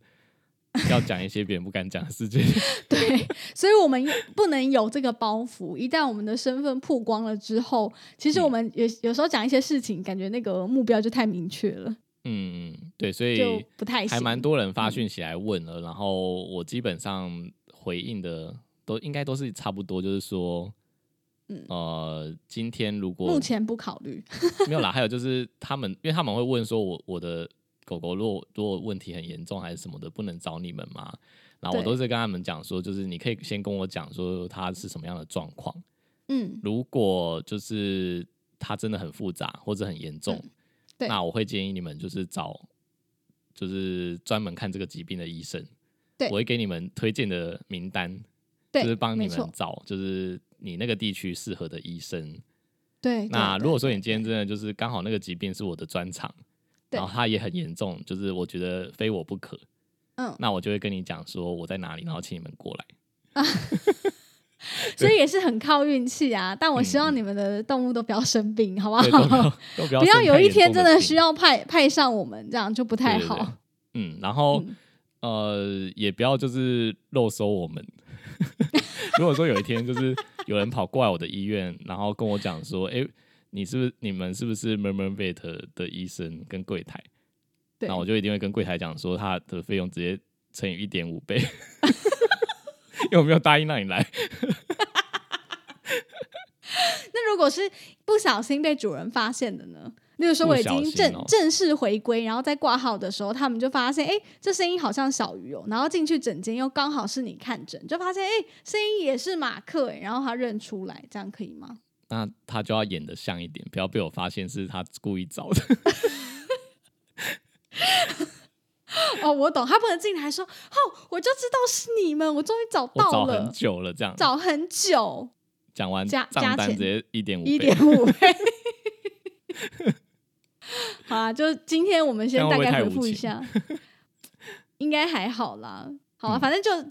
Speaker 2: 要讲一些别人不敢讲的事情。
Speaker 1: 对， 所以我们不能有这个包袱。一旦我们的身份曝光了之后，其实我们有有时候讲一些事情，感觉那个目标就太明确了，
Speaker 2: 嗯，嗯，对，所以
Speaker 1: 就不太行。嗯
Speaker 2: 还蛮多人发讯息来问了，然后我基本上回应的都应该都是差不多，就是说，
Speaker 1: 嗯
Speaker 2: 呃，今天如果
Speaker 1: 目前不考虑。
Speaker 2: 没有啦，还有就是他们，因为他们会问说我，我的狗狗如果如果问题很严重还是什么的，不能找你们吗？然后我
Speaker 1: 对
Speaker 2: 都是跟他们讲说，就是你可以先跟我讲说它是什么样的状况，
Speaker 1: 嗯，
Speaker 2: 如果就是它真的很复杂或者很严重，
Speaker 1: 嗯对
Speaker 2: 那我会建议你们就是找就是专门看这个疾病的医生，
Speaker 1: 对
Speaker 2: 我会给你们推荐的名单，
Speaker 1: 对，
Speaker 2: 就是帮你
Speaker 1: 没错
Speaker 2: 们找就是你那个地区适合的医生。
Speaker 1: 对。
Speaker 2: 那
Speaker 1: 对
Speaker 2: 如果
Speaker 1: 对
Speaker 2: 说你今天真的就是刚好那个疾病是我的专长，
Speaker 1: 对
Speaker 2: 然后它也很严重，就是我觉得非我不可，
Speaker 1: 嗯，
Speaker 2: 那我就会跟你讲说我在哪里，然后请你们过 来。
Speaker 1: 所以也是很靠运气啊。但我希望
Speaker 2: 嗯
Speaker 1: 你们的动物都不要生病，好不
Speaker 2: 对，都不
Speaker 1: 好
Speaker 2: 要？都不要
Speaker 1: 不要
Speaker 2: 生
Speaker 1: 有
Speaker 2: 太
Speaker 1: 一
Speaker 2: 严
Speaker 1: 天
Speaker 2: 重
Speaker 1: 真的
Speaker 2: 病
Speaker 1: 需要派派上我们，这样就不太
Speaker 2: 对对对
Speaker 1: 好。
Speaker 2: 嗯，然后、呃，也不要就是漏收我们。 如果说有一天就是有人跑过来我的医院，然后跟我讲说，哎、你是不是你们是不是 Murmur Vet 的医生跟柜台？
Speaker 1: 对，
Speaker 2: 那我就一定会跟柜台讲说，他的费用直接乘以一点五倍， 因为我没有答应让你来。
Speaker 1: 那如果是不小心被主人发现的呢？例如说我已
Speaker 2: 不小
Speaker 1: 经
Speaker 2: 心
Speaker 1: 正、
Speaker 2: 哦
Speaker 1: 正式回归，然后在挂号的时候，他们就发现，哎，这声音好像小鱼哦。然后进去诊间又刚好是你看诊，就发现，哎，声音也是马克诶，然后他认出来，这样可以吗？
Speaker 2: 那他就要演的像一点，不要被我发现是他故意找的。
Speaker 1: 哦，我懂，他不能进来说，哦，我就知道是你们，我终于找
Speaker 2: 我
Speaker 1: 到
Speaker 2: 找很
Speaker 1: 了，
Speaker 2: 久了，这样
Speaker 1: 找很久，
Speaker 2: 讲完
Speaker 1: 加
Speaker 2: 账
Speaker 1: 加
Speaker 2: 单
Speaker 1: 钱
Speaker 2: 直接一点五
Speaker 1: 一
Speaker 2: 倍
Speaker 1: 点。五倍。 好啊，就今天我们先大
Speaker 2: 这样
Speaker 1: 概
Speaker 2: 会
Speaker 1: 回
Speaker 2: 不会
Speaker 1: 复一下， 应该还好啦。好
Speaker 2: 嗯
Speaker 1: 啊，反正就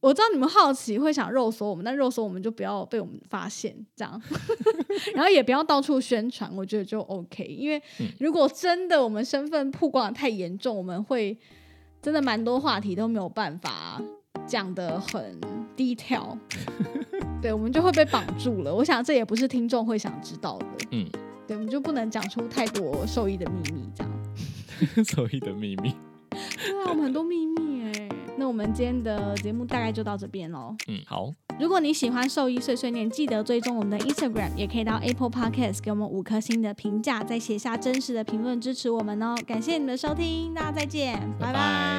Speaker 1: 我知道你们好奇会想肉搜我们，但肉搜我们就不要被我们发现，这样， 然后也不要到处宣传，我觉得就 OK。因为
Speaker 2: 嗯
Speaker 1: 如果真的我们身份曝光的太严重，我们会真的蛮多话题都没有办法讲的很低 调，对，我们就会被绑住了。我想这也不是听众会想知道的，
Speaker 2: 嗯，
Speaker 1: 对，我们就不能讲出太多兽医的秘密，这样。
Speaker 2: 所以的秘密。
Speaker 1: 对啊，我们很多秘密哎。那我们今天的节目大概就到这边喽。
Speaker 2: 嗯，好，
Speaker 1: 如果你喜欢兽医碎碎念，记得追踪我们的 Instagram，也可以到 Apple Podcast 给我们五颗星的评价，再写下真实的评论支持我们哦。感谢你们的收听，大家再见，拜
Speaker 2: 拜拜